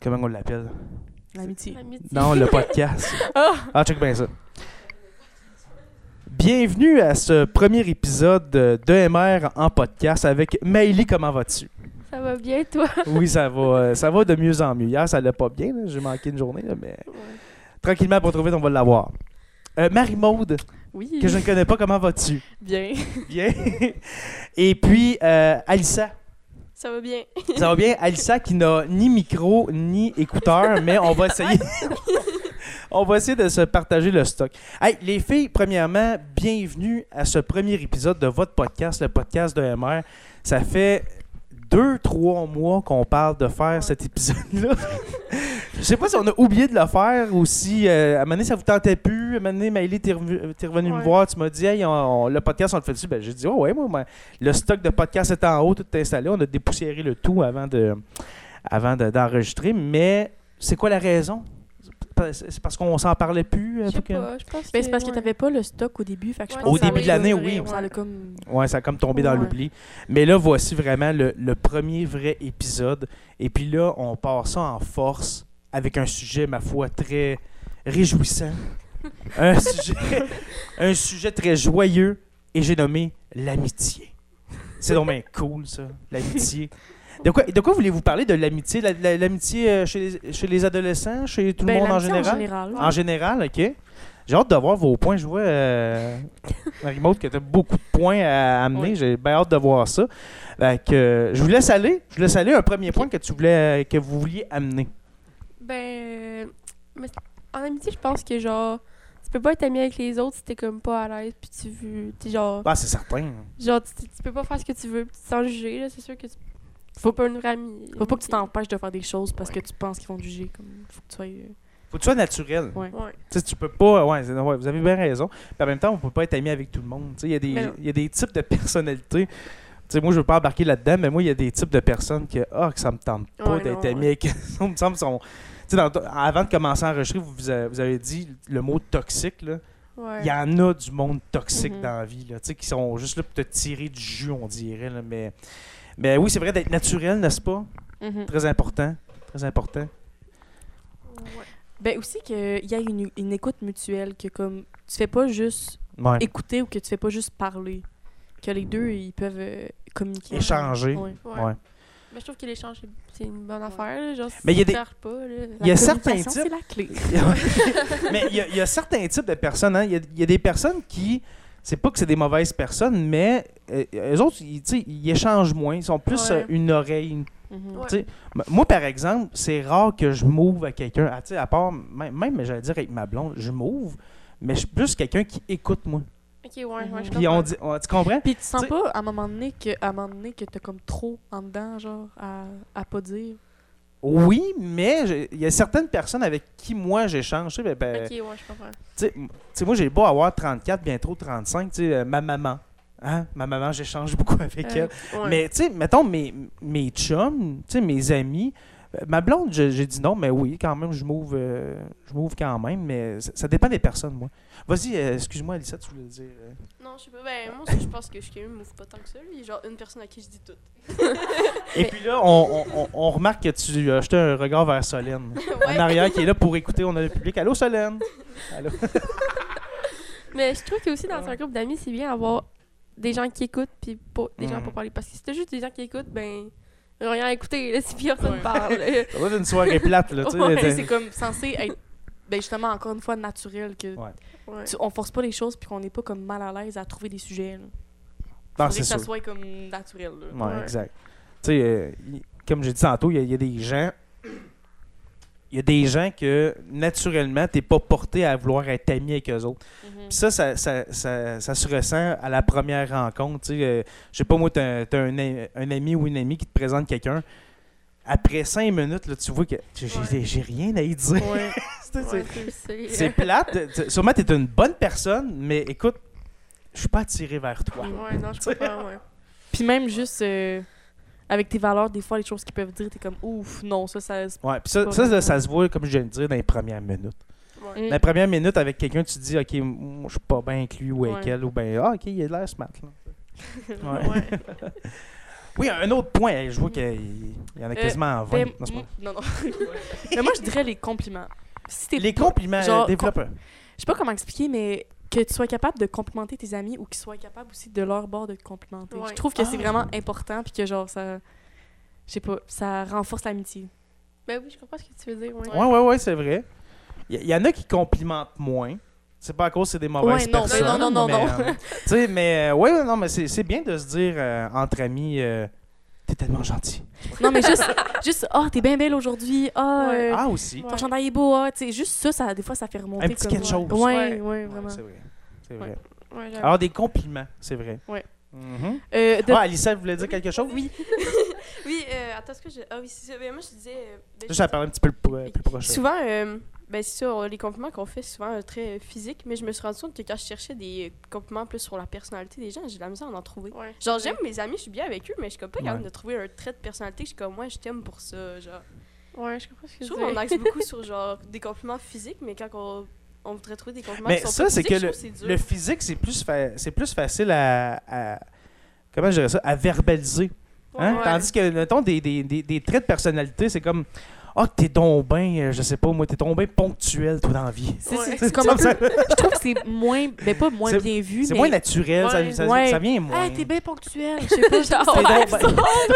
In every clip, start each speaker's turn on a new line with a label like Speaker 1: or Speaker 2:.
Speaker 1: Comment on l'appelle
Speaker 2: L'amitié.
Speaker 1: Non, le podcast.
Speaker 2: Ah!
Speaker 1: Ah, check bien ça. Bienvenue à ce premier épisode de d'EMR en podcast avec Maëlie. Comment vas-tu?
Speaker 3: Ça va bien, toi?
Speaker 1: Oui, ça va, euh, ça va de mieux en mieux. Hier, ça allait pas bien. là. J'ai manqué une journée, là, mais tranquillement, pour trouver, on va l'avoir. Euh, Marie-Maude,
Speaker 2: Oui.
Speaker 1: que je ne connais pas, comment vas-tu?
Speaker 2: Bien.
Speaker 1: Bien. Et puis, euh, Alissa.
Speaker 3: Ça va bien.
Speaker 1: Ça va bien, Alissa qui n'a ni micro ni écouteur, mais on va essayer. on va essayer de se partager le stock. Hey, les filles, premièrement, bienvenue à ce premier épisode de votre podcast, le podcast de MR. Ça fait deux, trois mois qu'on parle de faire cet épisode-là. Je sais pas si on a oublié de le faire ou si euh, à un moment donné, ça vous tentait plus. À un moment donné, Maëlie, t'es revenu- t'es revenue me
Speaker 3: Ouais.
Speaker 1: voir, tu m'as dit Hey, on- on- le podcast, on le fait dessus. Ben, j'ai dit Oh ouais, moi, moi, le stock de podcast est en haut, tout est installé. On a dépoussiéré le tout avant de avant de- d'enregistrer. Mais c'est quoi la raison? C'est pa- C'est parce qu'on s'en parlait plus?
Speaker 3: Je
Speaker 1: euh,
Speaker 3: sais
Speaker 1: tout que-
Speaker 3: pas, je pense
Speaker 2: Ben, c'est parce que
Speaker 3: ouais.
Speaker 2: t'avais pas le stock au début. Fait que je
Speaker 3: Ouais,
Speaker 2: pense
Speaker 1: Au
Speaker 2: que ça
Speaker 1: début
Speaker 2: a
Speaker 1: de l'année,
Speaker 2: duré,
Speaker 3: oui.
Speaker 2: Ça a comme.
Speaker 1: Ouais, ça a comme tombé dans
Speaker 2: Ouais.
Speaker 1: l'oubli. Mais là, voici vraiment le, le premier vrai épisode. Et puis là, on part ça en force avec un sujet, ma foi, très réjouissant. un, sujet, un sujet très joyeux. Et j'ai nommé l'amitié. C'est donc bien cool, ça, l'amitié. De quoi, de quoi voulez-vous parler de l'amitié? La- la- L'amitié euh, chez, les- chez les adolescents, chez tout
Speaker 2: Ben,
Speaker 1: le monde en
Speaker 2: l'amitié
Speaker 1: général?
Speaker 2: ouais.
Speaker 1: En général, OK. J'ai hâte de voir vos points. Je vois, euh, Marie-Maude, que tu as beaucoup de points à amener.
Speaker 2: Oui.
Speaker 1: J'ai bien hâte de voir ça. Fait que, euh, je vous laisse aller. Je vous laisse aller un premier point que, tu voulais, que vous vouliez amener.
Speaker 3: Ben, euh, mais en amitié, je pense que genre, tu peux pas être ami avec les autres si t'es comme pas à l'aise, puis tu veux, t'es genre,
Speaker 1: Ah, c'est certain.
Speaker 3: genre tu, tu peux pas faire ce que tu veux, puis tu te sens jugé, là, c'est sûr que tu. Faut pas une vraie amie.
Speaker 2: Faut pas que tu t'empêches de faire des choses parce que tu penses qu'ils vont te juger. Comme... Faut que tu sois. euh,
Speaker 1: Faut que tu sois naturel.
Speaker 2: Ouais.
Speaker 3: Ouais.
Speaker 1: Tu sais, tu peux pas. Ouais, c'est- ouais, vous avez bien raison. Puis en même temps, on peut pas être ami avec tout le monde. Tu sais, Il y, a des-
Speaker 3: Mais non.
Speaker 1: il y a des types de personnalités. Tu sais, moi, je veux pas embarquer là-dedans, mais moi, il y a des types de personnes que, ah, que ça me tente pas
Speaker 2: Ouais,
Speaker 1: d'être
Speaker 2: non,
Speaker 1: ami
Speaker 2: ouais.
Speaker 1: avec. Il me semble qu'ils sont. tu sais, dans- avant de commencer à enregistrer, vous, vous avez- vous avez dit le mot toxique. là.
Speaker 3: Ouais.
Speaker 1: Il y en a du monde toxique
Speaker 2: Mhm.
Speaker 1: dans la vie, là, tu sais, qui sont juste là pour te tirer du jus, on dirait. là, mais, mais oui, c'est vrai d'être naturel, n'est-ce pas?
Speaker 2: Mm-hmm.
Speaker 1: Très important. Très important.
Speaker 2: Ben aussi qu'il y a une, une écoute mutuelle, que comme tu fais pas juste
Speaker 1: Ouais.
Speaker 2: écouter ou que tu fais pas juste parler, que les deux ils peuvent euh, communiquer.
Speaker 1: Échanger.
Speaker 2: Ouais.
Speaker 3: Ouais.
Speaker 1: Ouais.
Speaker 3: Mais je trouve que l'échange, c'est- c'est une bonne affaire, là, genre, si
Speaker 1: Mais il Ben, y a
Speaker 3: tu
Speaker 1: des-
Speaker 3: perds pas, là.
Speaker 1: Il y a
Speaker 2: La
Speaker 1: certains
Speaker 2: communication,
Speaker 1: types-
Speaker 2: C'est la clé.
Speaker 1: mais il y, a- il y a certains types de personnes. hein. Il y a- il y, a des personnes qui. C'est pas que c'est des mauvaises personnes, mais les eux autres, ils, tu sais, ils échangent moins. Ils sont plus
Speaker 3: Ouais.
Speaker 1: euh, une oreille, une
Speaker 2: Mhm.
Speaker 3: Ouais.
Speaker 1: Tu sais, m- Moi, par exemple, c'est rare que je m'ouvre à quelqu'un. Ah, tu sais, à part, même, même, j'allais dire avec ma blonde, je m'ouvre, mais je suis plus quelqu'un qui écoute, moi.
Speaker 3: Ok, ouais,
Speaker 2: Mhm.
Speaker 3: ouais, je
Speaker 1: Puis on
Speaker 3: comprends.
Speaker 1: dit, on- tu comprends?
Speaker 2: Puis tu sens
Speaker 1: T'sais-
Speaker 2: pas à un moment donné que à un moment donné que t'as comme trop en dedans genre à, à pas dire.
Speaker 1: Oui, mais j'ai- il y a certaines personnes avec qui moi j'échange. Tu sais, ben, ben,
Speaker 3: Ok, ouais, je comprends.
Speaker 1: tu sais, m- tu sais, moi, j'ai beau avoir 34, bientôt 35, tu sais, euh, ma maman. Hein? Ma maman, j'échange beaucoup avec elle.
Speaker 3: Euh, ouais.
Speaker 1: Mais tu sais, mettons, mes, mes chums, tu sais, mes amis, euh, ma blonde, je- j'ai dit non, mais oui, quand même, je m'ouvre euh, je m'ouvre quand même, mais ça, ça dépend des personnes, moi. Vas-y, euh, excuse-moi, Alissa, tu voulais dire. euh.
Speaker 3: Non, je sais pas. Ben, moi, je pense que je suis quand même m'ouvre pas tant que ça. Il y a genre une personne à qui je dis tout.
Speaker 1: Et puis là, on, on- on- on remarque que tu as jeté un regard vers Solène, en arrière, qui est là pour écouter, on a le public. Allô, Solène? Allô?
Speaker 3: Mais je trouve que aussi dans un groupe d'amis, c'est bien avoir des gens qui écoutent puis pas- des gens
Speaker 1: Mm.
Speaker 3: pour parler. Parce que si t'as juste des gens qui écoutent, ben, ils n'ont rien à écouter. Là, si personne
Speaker 2: Ouais.
Speaker 3: parle. là.
Speaker 1: Ça doit être une soirée plate, là, tu sais.
Speaker 2: Tu sais,
Speaker 1: t'es-
Speaker 2: c'est comme censé être ben justement encore une fois naturel que
Speaker 1: Ouais.
Speaker 3: Ouais.
Speaker 2: tu- on force pas les choses puis qu'on n'est pas comme mal à l'aise à trouver des sujets. Là.
Speaker 1: Non,
Speaker 2: Faudrait
Speaker 1: c'est
Speaker 2: que ça
Speaker 1: sûr.
Speaker 2: soit comme naturel. là.
Speaker 1: Ouais,
Speaker 3: Ouais.
Speaker 1: exact. Tu sais, euh, y- comme j'ai dit tantôt, il y, a- il y a des gens. Il y a des gens que naturellement, t'es pas porté à vouloir être ami avec eux autres.
Speaker 2: Mhm.
Speaker 1: Puis ça ça, ça, ça- ça se ressent à la première rencontre. tu sais, euh, Je sais pas, moi, t'as t'as un, a- un ami ou une amie qui te présente quelqu'un. Après cinq minutes, là, tu vois que j'ai- j'ai
Speaker 3: Ouais.
Speaker 1: j'ai rien à y dire.
Speaker 2: Ouais.
Speaker 1: C'est- c'est-
Speaker 3: Ouais, tu le sais.
Speaker 1: C'est plate. Tu- Sûrement, t'es une bonne personne, mais écoute, je suis pas attiré vers toi.
Speaker 3: Ouais, non, je comprends, ouais.
Speaker 2: Puis même juste euh, avec tes valeurs, des fois les choses qu'ils peuvent dire, t'es comme ouf, non, ça ça c'est-
Speaker 1: Ouais, puis ça,
Speaker 2: Pas
Speaker 1: ça,
Speaker 2: vraiment.
Speaker 1: ça se voit, comme je viens de dire, dans les premières minutes.
Speaker 3: Ouais.
Speaker 2: Mm.
Speaker 1: La première minute avec quelqu'un, tu te dis, OK, mm, je suis pas bien inclus ou avec
Speaker 2: Ouais.
Speaker 1: elle, ou bien, ah, OK, il a l'air smart. là. Ouais.
Speaker 3: Ouais.
Speaker 1: Oui, un autre point. Je vois qu'il y en a
Speaker 2: Euh,
Speaker 1: quasiment 20.
Speaker 2: Ben,
Speaker 1: Non, c'est pas
Speaker 2: mm, non, non. mais moi, je dirais les compliments. Si t'es
Speaker 1: vrai. Les compliments,
Speaker 2: Genre,
Speaker 1: euh, développe un.
Speaker 2: Je sais pas comment expliquer, mais que tu sois capable de complimenter tes amis ou qu'ils soient capables aussi de leur bord de te complimenter.
Speaker 3: Ouais.
Speaker 2: Je trouve que c'est
Speaker 1: Ah.
Speaker 2: vraiment important puis que genre ça je sais pas, ça renforce l'amitié.
Speaker 3: Ben oui, je comprends ce que tu veux dire. Ouais.
Speaker 1: Ouais, ouais, ouais, c'est vrai. Il y, en a qui complimentent moins. C'est pas à cause que c'est des mauvaises
Speaker 2: Ouais, non,
Speaker 1: personnes.
Speaker 2: non, non, non,
Speaker 1: mais,
Speaker 2: non.
Speaker 1: euh, tu sais, mais euh, ouais, ouais, non, mais c'est c'est bien de se dire euh, entre amis, euh, t'es tellement gentil.
Speaker 2: Non mais juste juste ah t'es bien belle aujourd'hui. Ah
Speaker 3: Ouais.
Speaker 2: euh,
Speaker 1: Ah aussi.
Speaker 2: ton chandail est beau. Ah, tu sais juste ça, ça des fois ça fait remonter
Speaker 1: Un petit
Speaker 2: comme- euh,
Speaker 1: quelque chose.
Speaker 2: Ouais, ouais,
Speaker 3: Ouais.
Speaker 2: vraiment.
Speaker 1: Ouais, c'est vrai. C'est vrai.
Speaker 3: Ouais, j'avoue.
Speaker 1: Alors des compliments, c'est vrai.
Speaker 2: Ouais.
Speaker 1: Mhm.
Speaker 2: Euh, de-
Speaker 1: Ah, Alissa, vous voulez dire quelque chose?
Speaker 4: Oui. oui, euh, attends, ce que je. Ah oui, c'est ça. Ben, moi, je disais. euh, ben,
Speaker 1: Juste à parler un petit peu le- euh, plus proche.
Speaker 4: Souvent, euh, ben, c'est ça, on- les compliments qu'on fait, souvent euh, très euh, physiques, mais je me suis rendu compte que quand je cherchais des euh, compliments plus sur la personnalité des gens, j'ai de la misère à en trouver.
Speaker 1: Ah.
Speaker 3: Ouais.
Speaker 4: Genre, j'aime mes amis, je suis bien avec eux, mais je suis comme pas capable
Speaker 1: Ouais.
Speaker 4: de trouver un trait de personnalité que je suis comme, moi, je t'aime pour ça. Genre.
Speaker 3: Ouais, je comprends ce que
Speaker 4: Je
Speaker 3: tu
Speaker 4: trouve
Speaker 3: veux
Speaker 4: qu'on
Speaker 3: dire.
Speaker 4: axe beaucoup sur genre, des compliments physiques, mais quand on, on voudrait trouver des compliments
Speaker 1: Mais
Speaker 4: qui sont
Speaker 1: ça,
Speaker 4: pas
Speaker 1: c'est
Speaker 4: physiques,
Speaker 1: que
Speaker 4: je trouve c'est dur.
Speaker 1: Le physique, c'est plus, fa- c'est plus facile à, à- Comment je dirais ça? À verbaliser. hein?
Speaker 4: Ouais.
Speaker 1: Tandis que, mettons, des, des- des- des traits de personnalité, c'est comme. Ah, t'es donc ben, euh, je sais pas, moi, t'es donc ben ponctuel, toi, dans la vie.
Speaker 2: c'est- c'est-
Speaker 3: Ouais.
Speaker 2: c'est comme
Speaker 1: ça
Speaker 2: un
Speaker 1: que
Speaker 2: peu-
Speaker 1: ça-
Speaker 2: je trouve que c'est moins ben pas moins
Speaker 1: C'est-
Speaker 2: bien vu
Speaker 1: C'est
Speaker 2: mais
Speaker 1: moins naturel, ça-
Speaker 3: Ouais.
Speaker 1: ça,
Speaker 2: Ouais.
Speaker 1: ça vient moins.
Speaker 2: Ah, t'es bien ponctuel, je sais pas. je trouve
Speaker 1: T'es
Speaker 2: ça-
Speaker 1: donc ben-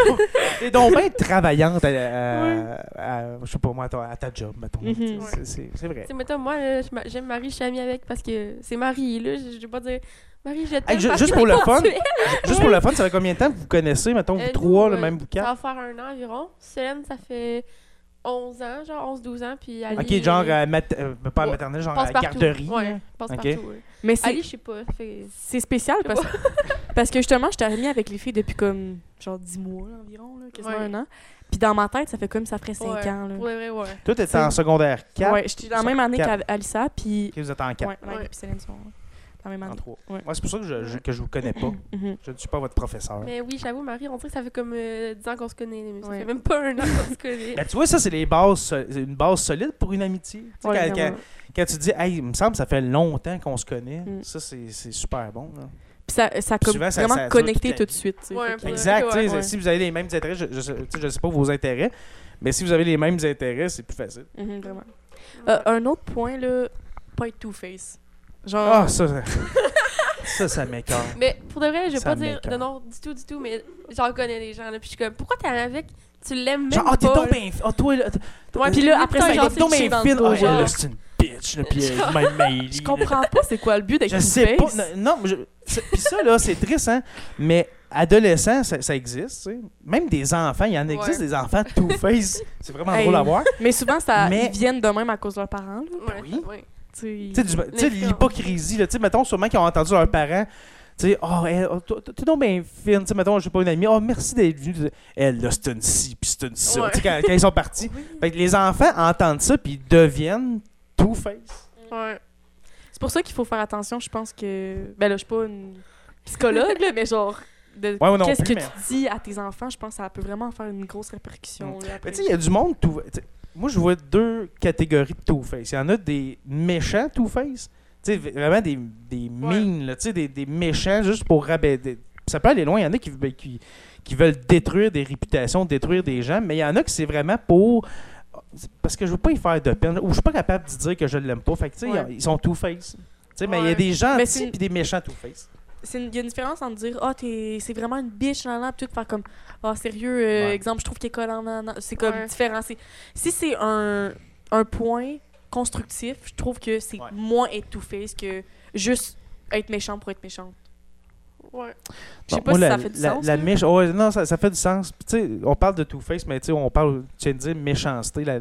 Speaker 1: T'es donc ben travaillante à, à- à- je sais pas moi, à ta, à ta job, mettons.
Speaker 2: Mhm.
Speaker 1: C'est- C'est c'est vrai.
Speaker 3: Tu sais, mettons, moi, là, je m'a- j'aime Marie, je suis amie avec parce que c'est Marie, là. Je, je vais pas dire Marie, je t'aime.
Speaker 1: Hey, ju-
Speaker 3: parce
Speaker 1: juste
Speaker 3: que
Speaker 1: pour le
Speaker 3: t'es
Speaker 1: fun,
Speaker 3: sensuelle.
Speaker 1: Juste pour le fun, ça fait combien de temps que vous connaissez, mettons,
Speaker 3: Euh,
Speaker 1: vous
Speaker 3: nous,
Speaker 1: trois, le
Speaker 3: euh,
Speaker 1: même bouquin?
Speaker 3: Ça va faire un an environ. Solène, ça fait 11 ans, genre 11-12 ans. Puis Ali.
Speaker 1: Ok, genre, euh, mat- euh, pas
Speaker 3: Ouais.
Speaker 1: maternelle, genre
Speaker 3: passe
Speaker 1: euh,
Speaker 3: partout.
Speaker 1: garderie.
Speaker 3: Ouais, passe
Speaker 1: Ok.
Speaker 3: partout. ouais.
Speaker 2: Mais c'est
Speaker 3: Ali, je sais pas. ça fait-
Speaker 2: C'est spécial
Speaker 3: Je sais
Speaker 2: parce, parce que justement, je t'ai remis avec les filles depuis comme genre 10 mois là, environ, là, quasiment
Speaker 3: Ouais.
Speaker 2: un an. Puis dans ma tête, ça fait comme ça ferait 5
Speaker 3: Ouais,
Speaker 2: ans. Là.
Speaker 3: Pour de vrai, ouais.
Speaker 1: Toi, t'étais en secondaire 4.
Speaker 2: Ouais, j'étais dans la même année
Speaker 1: Quatre.
Speaker 2: qu'Alissa, puis.
Speaker 1: Ok, vous êtes en 4.
Speaker 2: Ouais, Marie
Speaker 3: Ouais.
Speaker 2: puis Céline sont dans la même
Speaker 1: En
Speaker 2: année.
Speaker 1: 3.
Speaker 2: Ouais.
Speaker 1: c'est pour ça que je, je- que je vous connais pas.
Speaker 2: Mhm.
Speaker 1: Je ne suis pas votre professeur. Mais...
Speaker 3: Mais oui, j'avoue, Marie, on dirait que ça fait comme euh, 10 ans qu'on se connaît. là, mais Ça
Speaker 2: Ouais.
Speaker 3: fait même pas un an qu'on se connaît.
Speaker 1: tu vois, ça, c'est les bases, so- c'est une base solide pour une amitié. Tu sais,
Speaker 2: Ouais,
Speaker 1: quand,
Speaker 2: vraiment.
Speaker 1: quand- quand tu dis, hey, il me semble que ça fait longtemps qu'on se connaît,
Speaker 2: Mm.
Speaker 1: ça, c'est c'est super bon. là.
Speaker 2: Puis ça, ça a comme
Speaker 1: souvent, ça-
Speaker 2: vraiment
Speaker 1: ça dure
Speaker 2: connecté
Speaker 1: toute la
Speaker 2: tout de
Speaker 1: vie.
Speaker 2: suite. tu sais.
Speaker 3: Ouais,
Speaker 2: Fait que-
Speaker 3: Ouais.
Speaker 1: Exact. tu sais,
Speaker 2: Ouais.
Speaker 1: Si vous avez les mêmes intérêts, je ne sais pas vos intérêts, mais si vous avez les mêmes intérêts, c'est plus facile.
Speaker 2: Mhm, vraiment. Euh, un autre point, là, pas être two-face. Genre.
Speaker 1: Ah, ça, ça, ça, ça m'écoeure.
Speaker 3: Mais pour de vrai, je vais
Speaker 1: Ça
Speaker 3: pas dire
Speaker 1: m'écoeure.
Speaker 3: de nom du tout, du tout, mais j'en connais des gens. Là, puis je suis comme, pourquoi t'es allée avec Tu l'aimes même
Speaker 1: Genre, ah, t'es
Speaker 3: pas.
Speaker 1: donc
Speaker 3: là.
Speaker 1: bien. fi- Ah, toi, là. t-
Speaker 2: Ouais, puis là, après,
Speaker 1: t'es
Speaker 2: ça
Speaker 3: Putain,
Speaker 2: a
Speaker 1: donc bien
Speaker 2: été touché
Speaker 3: gentil,
Speaker 2: dans le
Speaker 1: fine.
Speaker 2: dos,
Speaker 1: Ah,
Speaker 2: genre.
Speaker 1: là, c'est une bitch, là, pis elle m'a mailé,
Speaker 2: Je
Speaker 1: là.
Speaker 2: comprends pas c'est quoi le but d'être
Speaker 1: Je sais pas.
Speaker 2: two-face.
Speaker 1: Non, non, je- c'est- pis ça, là, c'est triste, hein. Mais adolescent, ça, ça existe, tu sais. Même des enfants, il y en
Speaker 3: Ouais.
Speaker 1: existe des enfants two-face. C'est vraiment
Speaker 2: Hey.
Speaker 1: drôle à voir.
Speaker 2: Mais souvent, ça,
Speaker 1: Mais-
Speaker 2: ils viennent de même à cause de leurs parents. là.
Speaker 3: Ouais,
Speaker 1: oui.
Speaker 3: ouais.
Speaker 2: Tu sais, ils-
Speaker 1: Tu sais, du- tu sais, l'hypocrisie, là. Tu sais, mettons, sûrement qu'ils ont entendu leurs parents. Tu sais, oh, elle, oh, toi- toi- t'es donc bien fine. Tu sais, mettons, j'ai pas une amie. Oh, merci d'être venue. Elle, là, c'est une ci, puis c'est une ça.
Speaker 3: Ouais.
Speaker 1: Tu sais, quand, quand ils sont partis. Fait que les enfants entendent ça, puis ils deviennent two-face.
Speaker 3: Ouais.
Speaker 2: C'est pour ça qu'il faut faire attention, je pense que. Ben là, je suis pas une psychologue, là, mais genre. de-
Speaker 1: Ouais, moi non
Speaker 2: Qu'est-ce
Speaker 1: plus,
Speaker 2: que
Speaker 1: mais-
Speaker 2: tu dis à tes enfants, je pense que ça peut vraiment faire une grosse répercussion. là, après.
Speaker 1: Mais tu sais, il y a du monde tout. tu sais, Moi, je vois deux catégories de Two-Face. Il y en a des méchants Two-Face. Tu sais, vraiment des, des mines, là. Tu sais, des, des méchants juste pour rabaisser. Ça peut aller loin. Il y en a qui, ben, qui, qui veulent détruire des réputations, détruire des gens. Mais il y en a qui c'est vraiment pour. Parce que je veux pas y faire de peine. Ou je suis pas capable de dire que je l'aime pas. Fait que, tu sais,
Speaker 2: Ouais.
Speaker 1: ils sont Two-Face. Tu sais, mais il y a
Speaker 3: Ouais.
Speaker 1: des gens
Speaker 2: Mais c'est
Speaker 1: et
Speaker 2: une-
Speaker 1: des méchants Two-Face.
Speaker 2: C'est une- Il y a une différence entre dire, ah, t'es c'est vraiment une biche, nan, nan, puis tout, faire comme, ah, sérieux, euh,
Speaker 1: Ouais.
Speaker 2: exemple, je trouve qu'il est collant, nan, nan. C'est comme
Speaker 3: Ouais.
Speaker 2: différent. C'est- Si c'est un, un point constructif, je trouve que c'est
Speaker 1: Ouais.
Speaker 2: moins étouffé que juste être méchant pour être méchant.
Speaker 3: Ouais.
Speaker 2: Je sais
Speaker 1: Bon,
Speaker 2: pas
Speaker 1: moi,
Speaker 2: si
Speaker 1: la,
Speaker 2: ça fait du
Speaker 1: la-
Speaker 2: sens.
Speaker 1: la
Speaker 2: là.
Speaker 1: méch- ouais, non, ça, ça fait du sens. Puis, tu sais, on parle de Two-Face, mais tu sais, on parle, tu viens de dire méchanceté. La,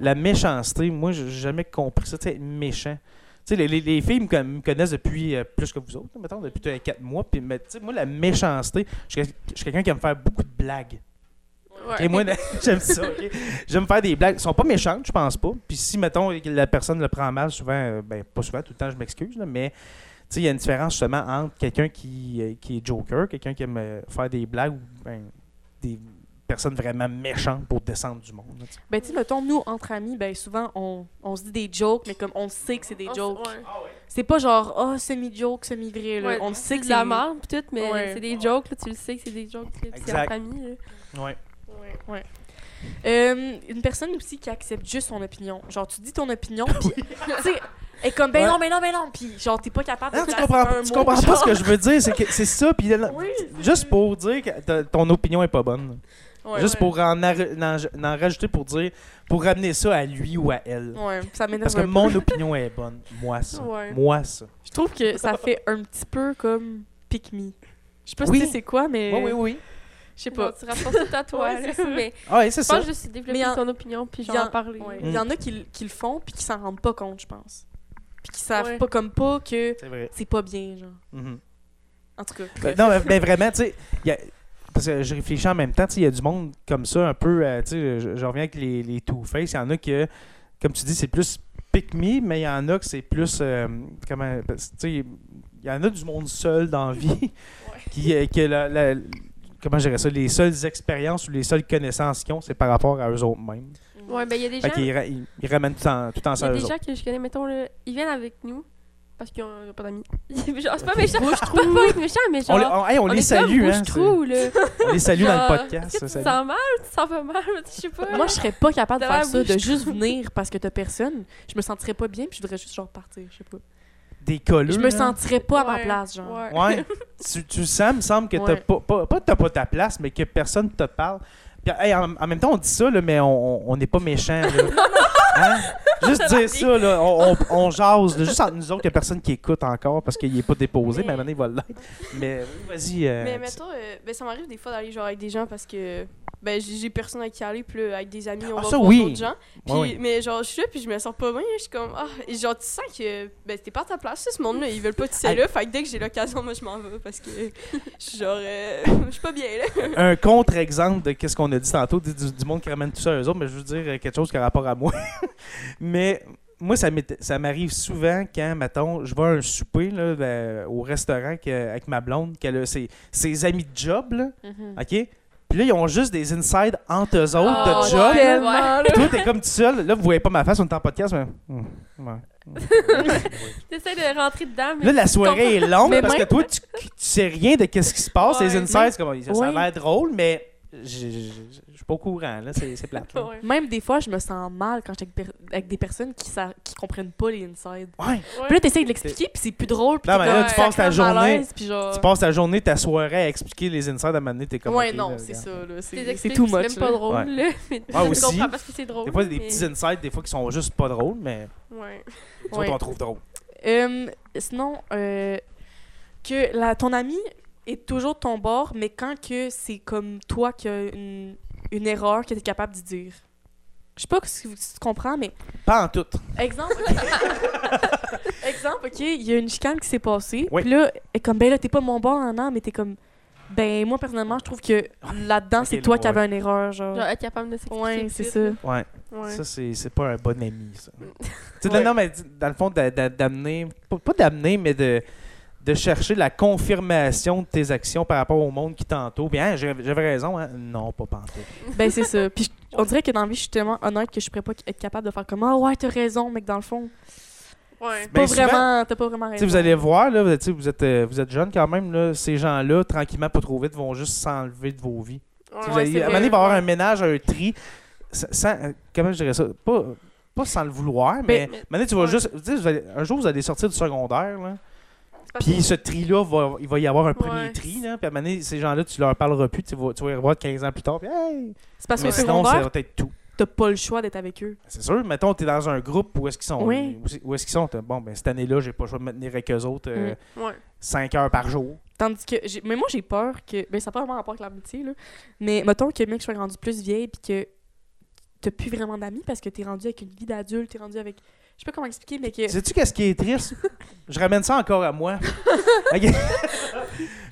Speaker 1: la méchanceté, moi, j'ai jamais compris ça, tu sais, être méchant. Tu sais, les, les, les filles me con- me connaissent depuis euh, plus que vous autres, mettons, depuis 4 mois. Puis, mais, tu sais, moi, la méchanceté, je suis je suis quelqu'un qui aime faire beaucoup de blagues.
Speaker 3: Ouais.
Speaker 1: Et moi, j'aime ça, ok? J'aime faire des blagues. Elles sont pas méchantes, je pense pas. Puis si, mettons, la personne le prend mal, souvent, euh, ben, pas souvent, tout le temps, je m'excuse, là, mais tu sais, il y a une différence justement entre quelqu'un qui, euh, qui est joker, quelqu'un qui aime euh, faire des blagues ou ben, des personnes vraiment méchantes pour descendre du monde. là, tu sais.
Speaker 2: Ben, tu sais, mettons, nous, entre amis, ben, souvent, on, on se dit des jokes, mais comme on sait que c'est des
Speaker 3: On s-
Speaker 2: jokes.
Speaker 3: ouais.
Speaker 2: C'est pas genre, ah, semi-joke, semi-vrai. là.
Speaker 3: Ouais,
Speaker 2: on sait que
Speaker 3: de
Speaker 2: c'est
Speaker 3: la merde pis tout, mais
Speaker 2: Ouais.
Speaker 3: c'est des jokes, là, tu le sais que c'est des jokes, là, pis c'est
Speaker 1: Exact.
Speaker 3: la famille. là.
Speaker 1: Ouais.
Speaker 2: Euh, une personne aussi qui accepte juste son opinion. Genre, tu dis ton opinion, puis tu sais, elle est comme, ben
Speaker 1: Ouais.
Speaker 2: non, ben non, ben non, puis genre, t'es pas capable
Speaker 1: Non,
Speaker 2: de
Speaker 1: tu
Speaker 2: placer
Speaker 1: comprends,
Speaker 2: un
Speaker 1: tu
Speaker 2: mot,
Speaker 1: comprends pas
Speaker 2: genre.
Speaker 1: ce que je veux dire. C'est, que, c'est ça. Puis, elle-
Speaker 2: Oui, c'est
Speaker 1: juste
Speaker 2: ça.
Speaker 1: pour dire que ta- ton opinion est pas bonne.
Speaker 2: Ouais,
Speaker 1: juste
Speaker 2: ouais.
Speaker 1: pour en, arr- en- en rajouter pour dire, pour ramener ça à lui ou à elle.
Speaker 2: Ouais, ça m'énerve.
Speaker 1: Parce que
Speaker 2: un peu.
Speaker 1: mon opinion est bonne. Moi, ça.
Speaker 2: Ouais.
Speaker 1: Moi, ça.
Speaker 2: Je trouve que ça fait un petit peu comme pick me. Je sais pas
Speaker 1: Oui.
Speaker 2: si tu sais c'est quoi, mais
Speaker 1: Oui, oui, oui.
Speaker 2: je sais
Speaker 1: Mm.
Speaker 3: Bon,
Speaker 2: pas.
Speaker 3: tu rapportes tout à toi,
Speaker 2: Ouais,
Speaker 3: là,
Speaker 2: c'est ça.
Speaker 3: mais
Speaker 1: Ah, ouais, c'est
Speaker 3: je
Speaker 1: ça.
Speaker 3: pense juste développer
Speaker 2: Mais en-
Speaker 3: ton opinion puis
Speaker 2: y
Speaker 3: genre
Speaker 2: en-
Speaker 3: en parler.
Speaker 2: Ouais.
Speaker 1: Mm.
Speaker 2: Il y en a qui, l- qui le font puis qui s'en rendent pas compte, je pense. Puis qui savent
Speaker 3: Ouais.
Speaker 2: pas comme pas que
Speaker 1: C'est vrai.
Speaker 2: c'est pas bien, genre.
Speaker 1: Mhm.
Speaker 2: En tout cas.
Speaker 1: Ben,
Speaker 2: bref.
Speaker 1: non, mais, mais vraiment, tu sais, y a- parce que je réfléchis en même temps, tu sais, il y a du monde comme ça, un peu, euh, tu sais, je, je reviens avec les, les Two-Face, il y en a que, comme tu dis, c'est plus pick me, mais il y en a que c'est plus, euh, comment, parce que, tu sais, il y en a du monde seul dans la vie, qui, euh, que la- la- comment je dirais ça, les seules expériences ou les seules connaissances qu'ils ont, c'est par rapport à eux-mêmes.
Speaker 3: Ouais, ben il y a des
Speaker 1: Fait
Speaker 3: gens,
Speaker 1: qu'ils ra- ils, ils ramènent tout en, tout en
Speaker 3: il y
Speaker 1: ça
Speaker 3: a
Speaker 1: à
Speaker 3: des
Speaker 1: eux autres.
Speaker 3: gens que je connais, mettons, là, ils viennent avec nous parce qu'ils ont ils ont pas d'amis. genre, c'est pas méchant,
Speaker 1: Bouche
Speaker 3: c'est pas pour être méchant, mais
Speaker 1: On,
Speaker 3: genre.
Speaker 1: les- on- hey, on les
Speaker 3: est comme
Speaker 1: salue, hein,
Speaker 3: bouche-trou, là.
Speaker 1: c'est- on les salue dans le
Speaker 3: Genre,
Speaker 1: podcast.
Speaker 3: Est-ce que tu
Speaker 1: ça,
Speaker 3: te
Speaker 1: salut.
Speaker 3: sens mal ou tu te sens pas mal? Je sais pas.
Speaker 2: Moi, je serais pas capable de
Speaker 3: Dans la
Speaker 2: faire ça, de
Speaker 3: bouche.
Speaker 2: juste venir parce que t'as personne. Je me sentirais pas bien, puis je voudrais juste genre partir, je sais pas.
Speaker 1: Des colleux,
Speaker 2: Je me
Speaker 1: là.
Speaker 2: sentirais pas à ma
Speaker 3: Ouais,
Speaker 2: place, genre.
Speaker 3: ouais.
Speaker 1: Ouais. tu, tu sens, me semble que t'as
Speaker 2: Ouais.
Speaker 1: pas, pas, pas que t'as pas ta place, mais que personne te parle. Puis, hey, en, en même temps, on dit ça, là, mais on- on on n'est pas méchant. là. Hein? Juste dire ça, là, on, on, on jase. là, juste entre nous autres, il n'y a personne qui écoute encore parce qu'il n'est pas déposé, mais
Speaker 4: Mais-
Speaker 1: maintenant, il va l'être. Mais vas-y. euh,
Speaker 4: Mais mettons, euh, ben, ça m'arrive des fois d'aller genre avec des gens parce que ben j'ai j'ai personne avec qui aller, puis là, avec des amis, on
Speaker 1: Ah,
Speaker 4: va
Speaker 1: ça,
Speaker 4: voir
Speaker 1: oui.
Speaker 4: d'autres gens. Puis,
Speaker 1: Ouais, ouais.
Speaker 4: Mais genre, je suis là, puis je me sens pas bien, je suis comme, ah, et genre, tu sens que ben, t'es pas à ta place, ça, ce monde-là, ils veulent pas que tu sois là, fait que dès que j'ai l'occasion, moi, je m'en vais parce que je suis genre, euh, je suis pas bien, là.
Speaker 1: un contre-exemple de qu'est-ce qu'on a dit tantôt, du, du- du monde qui ramène tout ça à eux autres, mais je veux dire euh, quelque chose qui a rapport à moi. mais moi, ça, m'est- ça m'arrive souvent quand, mettons, je vais à un souper là, de- au restaurant que- avec ma blonde, qu'elle a ses, ses amis de job, là,
Speaker 2: Mhm.
Speaker 1: OK? Puis là, ils ont juste des insides entre eux autres
Speaker 3: Ah,
Speaker 1: de job.
Speaker 3: ouais.
Speaker 1: Puis toi, t'es comme tout seul. Là, vous voyez pas ma face, on est en podcast, mais... Hum, ouais.
Speaker 3: T'essaies de rentrer dedans, mais
Speaker 1: Là, la soirée est longue
Speaker 2: Mais
Speaker 1: parce que
Speaker 2: même-
Speaker 1: toi, tu, tu sais rien de quest ce qui se passe.
Speaker 3: Ouais.
Speaker 1: les insights, comme, ça a
Speaker 2: Ouais.
Speaker 1: l'air drôle, mais j'ai- j'ai- j'ai- je suis pas au courant. là, C'est c'est plate. là.
Speaker 3: Ouais.
Speaker 2: Même des fois, je me sens mal quand j'étais avec, per- avec des personnes qui, sa- qui comprennent pas les insides.
Speaker 1: Ouais.
Speaker 2: Puis là, t'essayes de l'expliquer, puis c'est plus drôle. Puis
Speaker 1: Non,
Speaker 2: t'es
Speaker 1: mais là,
Speaker 2: comme-
Speaker 1: tu passes ta
Speaker 2: t'es comme à
Speaker 1: journée-
Speaker 2: l'aise, puis genre...
Speaker 1: Tu passes ta journée, ta soirée à expliquer les insights à un moment donné, t'es comme.
Speaker 2: Euh. ouais,
Speaker 1: ok,
Speaker 2: non,
Speaker 1: là,
Speaker 2: c'est
Speaker 1: regarde.
Speaker 2: ça, là.
Speaker 3: t'es
Speaker 2: C'est
Speaker 3: expliqué,
Speaker 2: c'est too
Speaker 3: c'est
Speaker 2: much,
Speaker 3: même pas
Speaker 2: là.
Speaker 3: drôle,
Speaker 1: Ouais.
Speaker 3: là. Mais
Speaker 1: Ah,
Speaker 3: je
Speaker 1: aussi.
Speaker 3: comprends parce que c'est drôle.
Speaker 1: Des fois, il y a des
Speaker 3: mais-
Speaker 1: petits insights, des fois, qui sont juste pas drôles, mais
Speaker 3: Ouais.
Speaker 1: les
Speaker 2: Ouais.
Speaker 1: autres, on trouve drôle.
Speaker 2: Euh, sinon, euh, que la, ton ami est toujours de ton bord, mais quand que c'est comme toi qui a une, une erreur que t'es capable de dire. Je sais pas si vous- si tu comprends, mais
Speaker 1: Pas en tout.
Speaker 2: Exemple, ok. Exemple, ok, il y a une chicane qui s'est passée.
Speaker 1: Oui.
Speaker 2: Puis là, elle est comme, ben là, t'es pas mon bord en an, mais t'es comme, ben moi, personnellement, je trouve que là-dedans,
Speaker 1: Ok,
Speaker 2: c'est toi
Speaker 1: là,
Speaker 2: qui avais une erreur, genre.
Speaker 3: Genre, être capable de s'expliquer.
Speaker 2: ouais,
Speaker 3: tout
Speaker 2: c'est
Speaker 3: de
Speaker 2: ça.
Speaker 3: suite,
Speaker 1: Ouais.
Speaker 3: là. Ouais.
Speaker 1: Ça, c'est c'est pas un bon ami, ça. Tu sais,
Speaker 2: Mm. Ouais.
Speaker 1: Non, non, mais d- dans le fond, d'a- d'a- d'amener, pas, pas d'amener, mais de, de chercher la confirmation de tes actions par rapport au monde qui t'entoure. Bien, j'avais j'avais raison, hein? Non, pas pantoute.
Speaker 2: Ben c'est ça. Puis je- on dirait que dans la vie, je suis tellement honnête que je pourrais pas être capable de faire comme, ah ouais, t'as raison, mais que dans le fond, pas
Speaker 3: Ouais.
Speaker 1: Ben, souvent-
Speaker 2: vraiment, t'as pas vraiment
Speaker 1: Tu
Speaker 2: raison.
Speaker 1: sais, vous allez voir, là, vous êtes, tu sais, vous êtes, euh, vous êtes jeune quand même, là, ces gens-là, tranquillement, pas trop vite, vont juste s'enlever de vos vies. Tu sais, vous
Speaker 3: Ouais,
Speaker 1: allez-
Speaker 3: c'est
Speaker 1: à un moment donné, il va y
Speaker 3: vrai.
Speaker 1: avoir un ménage, un tri, sa- sans, euh, comment je dirais ça, pas, pas sans le vouloir, mais,
Speaker 3: mais-
Speaker 1: à un moment donné, tu vas
Speaker 3: ouais.
Speaker 1: juste, tu sais, vous allez- un jour, vous allez sortir du secondaire, là,
Speaker 3: C'est pas
Speaker 1: Puis ce tri-là, va- il va y avoir un premier
Speaker 3: Ouais.
Speaker 1: tri. Là, puis à un moment donné, ces gens-là, tu leur parleras plus. Tu vas, tu vas les revoir 15 ans plus tard. Puis, hey!
Speaker 2: C'est parce qu'au
Speaker 1: Mais sinon, ça
Speaker 2: secondaire,
Speaker 1: va être tout. Ben,
Speaker 2: t'as pas le choix d'être avec eux.
Speaker 1: C'est sûr. Mettons, tu es dans un groupe. Où est-ce qu'ils sont?
Speaker 2: Oui.
Speaker 1: Où c'est- Où est-ce qu'ils sont? T'as- Bon, ben, cette année-là, j'ai pas le choix de me tenir avec eux autres euh,
Speaker 2: Mm.
Speaker 1: 5 heures par jour.
Speaker 2: Tandis que, j'ai- mais moi j'ai peur que, ben ça n'a pas vraiment rapport avec l'amitié là, mais mettons que mec je sois rendue plus vieille puis que t'as plus vraiment d'amis parce que t'es rendu avec une vie d'adulte, t'es rendu avec, je sais pas comment expliquer mais que,
Speaker 1: Sais-tu qu'est-ce qui est triste? Je ramène ça encore à moi. Ok.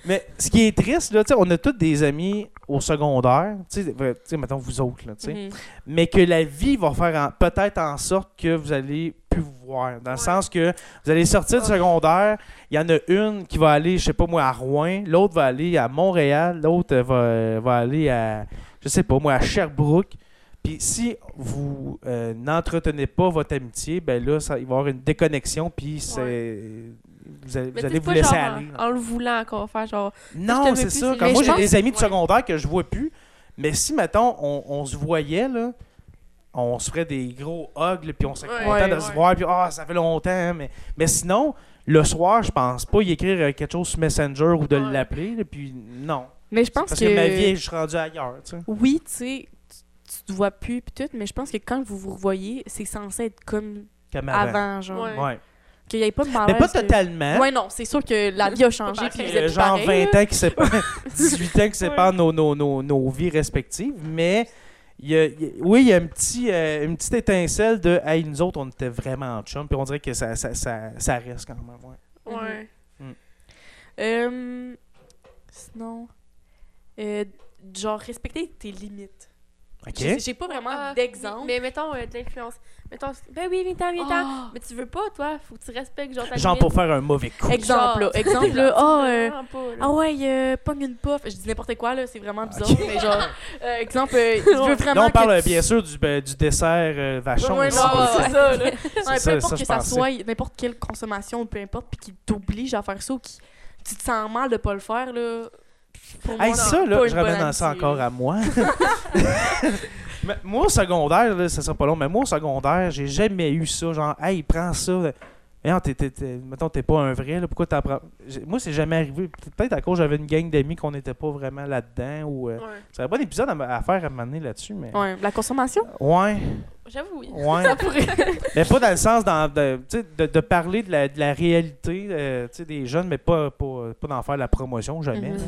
Speaker 1: Mais ce qui est triste, là, tu sais, on a tous des amis au secondaire. Tu sais, euh, tu sais, mettons, vous autres. Là, tu sais.
Speaker 2: Mhm.
Speaker 1: mais que la vie va faire en- peut-être en sorte que vous allez plus vous voir. Dans le
Speaker 3: Ouais.
Speaker 1: sens que vous allez sortir du secondaire, il y en a une qui va aller, je sais pas moi, à Rouen, l'autre va aller à Montréal, l'autre euh, va, va aller à, je sais pas moi, à Sherbrooke. Puis si vous euh, n'entretenez pas votre amitié, ben là, ça, il va y avoir une déconnexion, puis c'est- vous allez vous,
Speaker 3: Mais tu sais,
Speaker 1: allez
Speaker 3: c'est
Speaker 1: vous
Speaker 3: pas
Speaker 1: laisser
Speaker 3: genre en-
Speaker 1: aller.
Speaker 3: En, le voulant qu'on va faire genre.
Speaker 1: Non,
Speaker 3: te
Speaker 1: c'est
Speaker 3: veux
Speaker 1: ça.
Speaker 3: plus,
Speaker 1: Comme
Speaker 3: mais
Speaker 1: moi,
Speaker 3: je
Speaker 1: j'ai
Speaker 3: pense-
Speaker 1: des amis du
Speaker 4: ouais.
Speaker 1: secondaire que je vois plus, mais si, mettons, on, on se voyait, là, on se ferait des gros hugs, là, puis on serait
Speaker 4: Ouais,
Speaker 1: content de
Speaker 4: ouais.
Speaker 1: se voir, puis ah, ça fait longtemps, hein, mais, mais sinon, le soir, je pense pas y écrire euh, quelque chose sur Messenger ou de
Speaker 4: Ouais.
Speaker 1: l'appeler, là, puis non.
Speaker 2: Mais je pense
Speaker 1: Parce que... ma vie, je suis rendu ailleurs, tu sais.
Speaker 2: oui, tu sais, tu- tu te vois plus pis tout, mais je pense que quand vous vous revoyez, c'est censé être comme
Speaker 1: Comme
Speaker 2: avant,
Speaker 1: avant.
Speaker 2: genre.
Speaker 4: Ouais.
Speaker 1: Ouais.
Speaker 2: Qu'il n'y ait pas de
Speaker 1: Mais
Speaker 2: malaise.
Speaker 1: pas
Speaker 2: que-
Speaker 1: totalement.
Speaker 2: Ouais, non, c'est sûr que la vie a changé
Speaker 4: Pas
Speaker 2: puis
Speaker 4: pareil.
Speaker 2: vous
Speaker 1: Euh,
Speaker 2: êtes
Speaker 1: genre
Speaker 2: pareil, là.
Speaker 1: 20 ans qui séparent, 18 ans qui séparent nos, nos, nos, nos vies respectives, mais il y a- il y a- oui, il y a un petit, euh, une petite étincelle de Hey, nous autres, on était vraiment en chum, puis on dirait que ça, ça, ça, ça reste quand même. ouais.
Speaker 4: Ouais.
Speaker 1: Mhm.
Speaker 2: Euh, sinon, euh, genre respecter tes limites. J'ai-
Speaker 1: OK?
Speaker 2: J'ai pas vraiment
Speaker 3: Ah,
Speaker 2: d'exemple.
Speaker 3: Mais mettons euh, de l'influence. Mettons, ben oui, viens-t'en, viens-t'en.
Speaker 2: Ah!
Speaker 3: Mais tu veux pas, toi, faut que tu respectes genre ta
Speaker 1: Genre
Speaker 3: limite.
Speaker 1: pour faire un mauvais coup.
Speaker 2: exemple, là,
Speaker 3: Genre.
Speaker 2: exemple, là, ah, euh,
Speaker 3: Vraiment pas, là.
Speaker 2: ah ouais, euh, pogne une puff. Je dis n'importe quoi, là, c'est vraiment bizarre,
Speaker 1: Ok.
Speaker 2: mais genre, euh, exemple, euh, tu veux vraiment.
Speaker 1: Là, on parle
Speaker 2: que
Speaker 1: euh,
Speaker 2: tu-
Speaker 1: bien sûr du, ben, du dessert euh, vachon.
Speaker 2: Ouais,
Speaker 1: aussi.
Speaker 2: non,
Speaker 1: Ouais,
Speaker 2: c'est
Speaker 1: c'est-
Speaker 2: ça, là.
Speaker 1: c'est
Speaker 2: Ouais, peu
Speaker 1: ça, ça,
Speaker 2: importe que
Speaker 1: je
Speaker 2: ça
Speaker 1: pensais.
Speaker 2: soit n'importe quelle consommation, peu importe, puis qu'il t'oblige à faire ça ou qu'il tu te sens mal de pas le faire, là. Pour
Speaker 1: Hey,
Speaker 2: moi,
Speaker 1: ça,
Speaker 2: c'est
Speaker 1: là,
Speaker 2: pas
Speaker 1: je
Speaker 2: une bonne
Speaker 1: ramène ça
Speaker 2: amitié.
Speaker 1: encore à moi. Mais moi, au secondaire, là, ça sera pas long, mais moi, au secondaire, j'ai jamais eu ça. Genre, hey, prends ça. Mais non, t'es, t'es- t'es- mettons, t'es pas un vrai, là, pourquoi t'en prends. J'ai- Moi, c'est jamais arrivé. Peut-être à cause j'avais une gang d'amis qu'on n'était pas vraiment là-dedans. ou euh,
Speaker 4: Ouais.
Speaker 1: C'est un bon épisode à, m- à faire à m'amener là-dessus, mais.
Speaker 2: Ouais, la consommation?
Speaker 1: Ouais,
Speaker 3: Ah, J'avoue, oui.
Speaker 1: ouais. mais pas dans le sens dans- de, tu sais, de, de parler de la, de la réalité euh, tu sais, des jeunes, mais pas, pas, pas d'en faire la promotion, jamais.
Speaker 2: Mhm.
Speaker 1: là.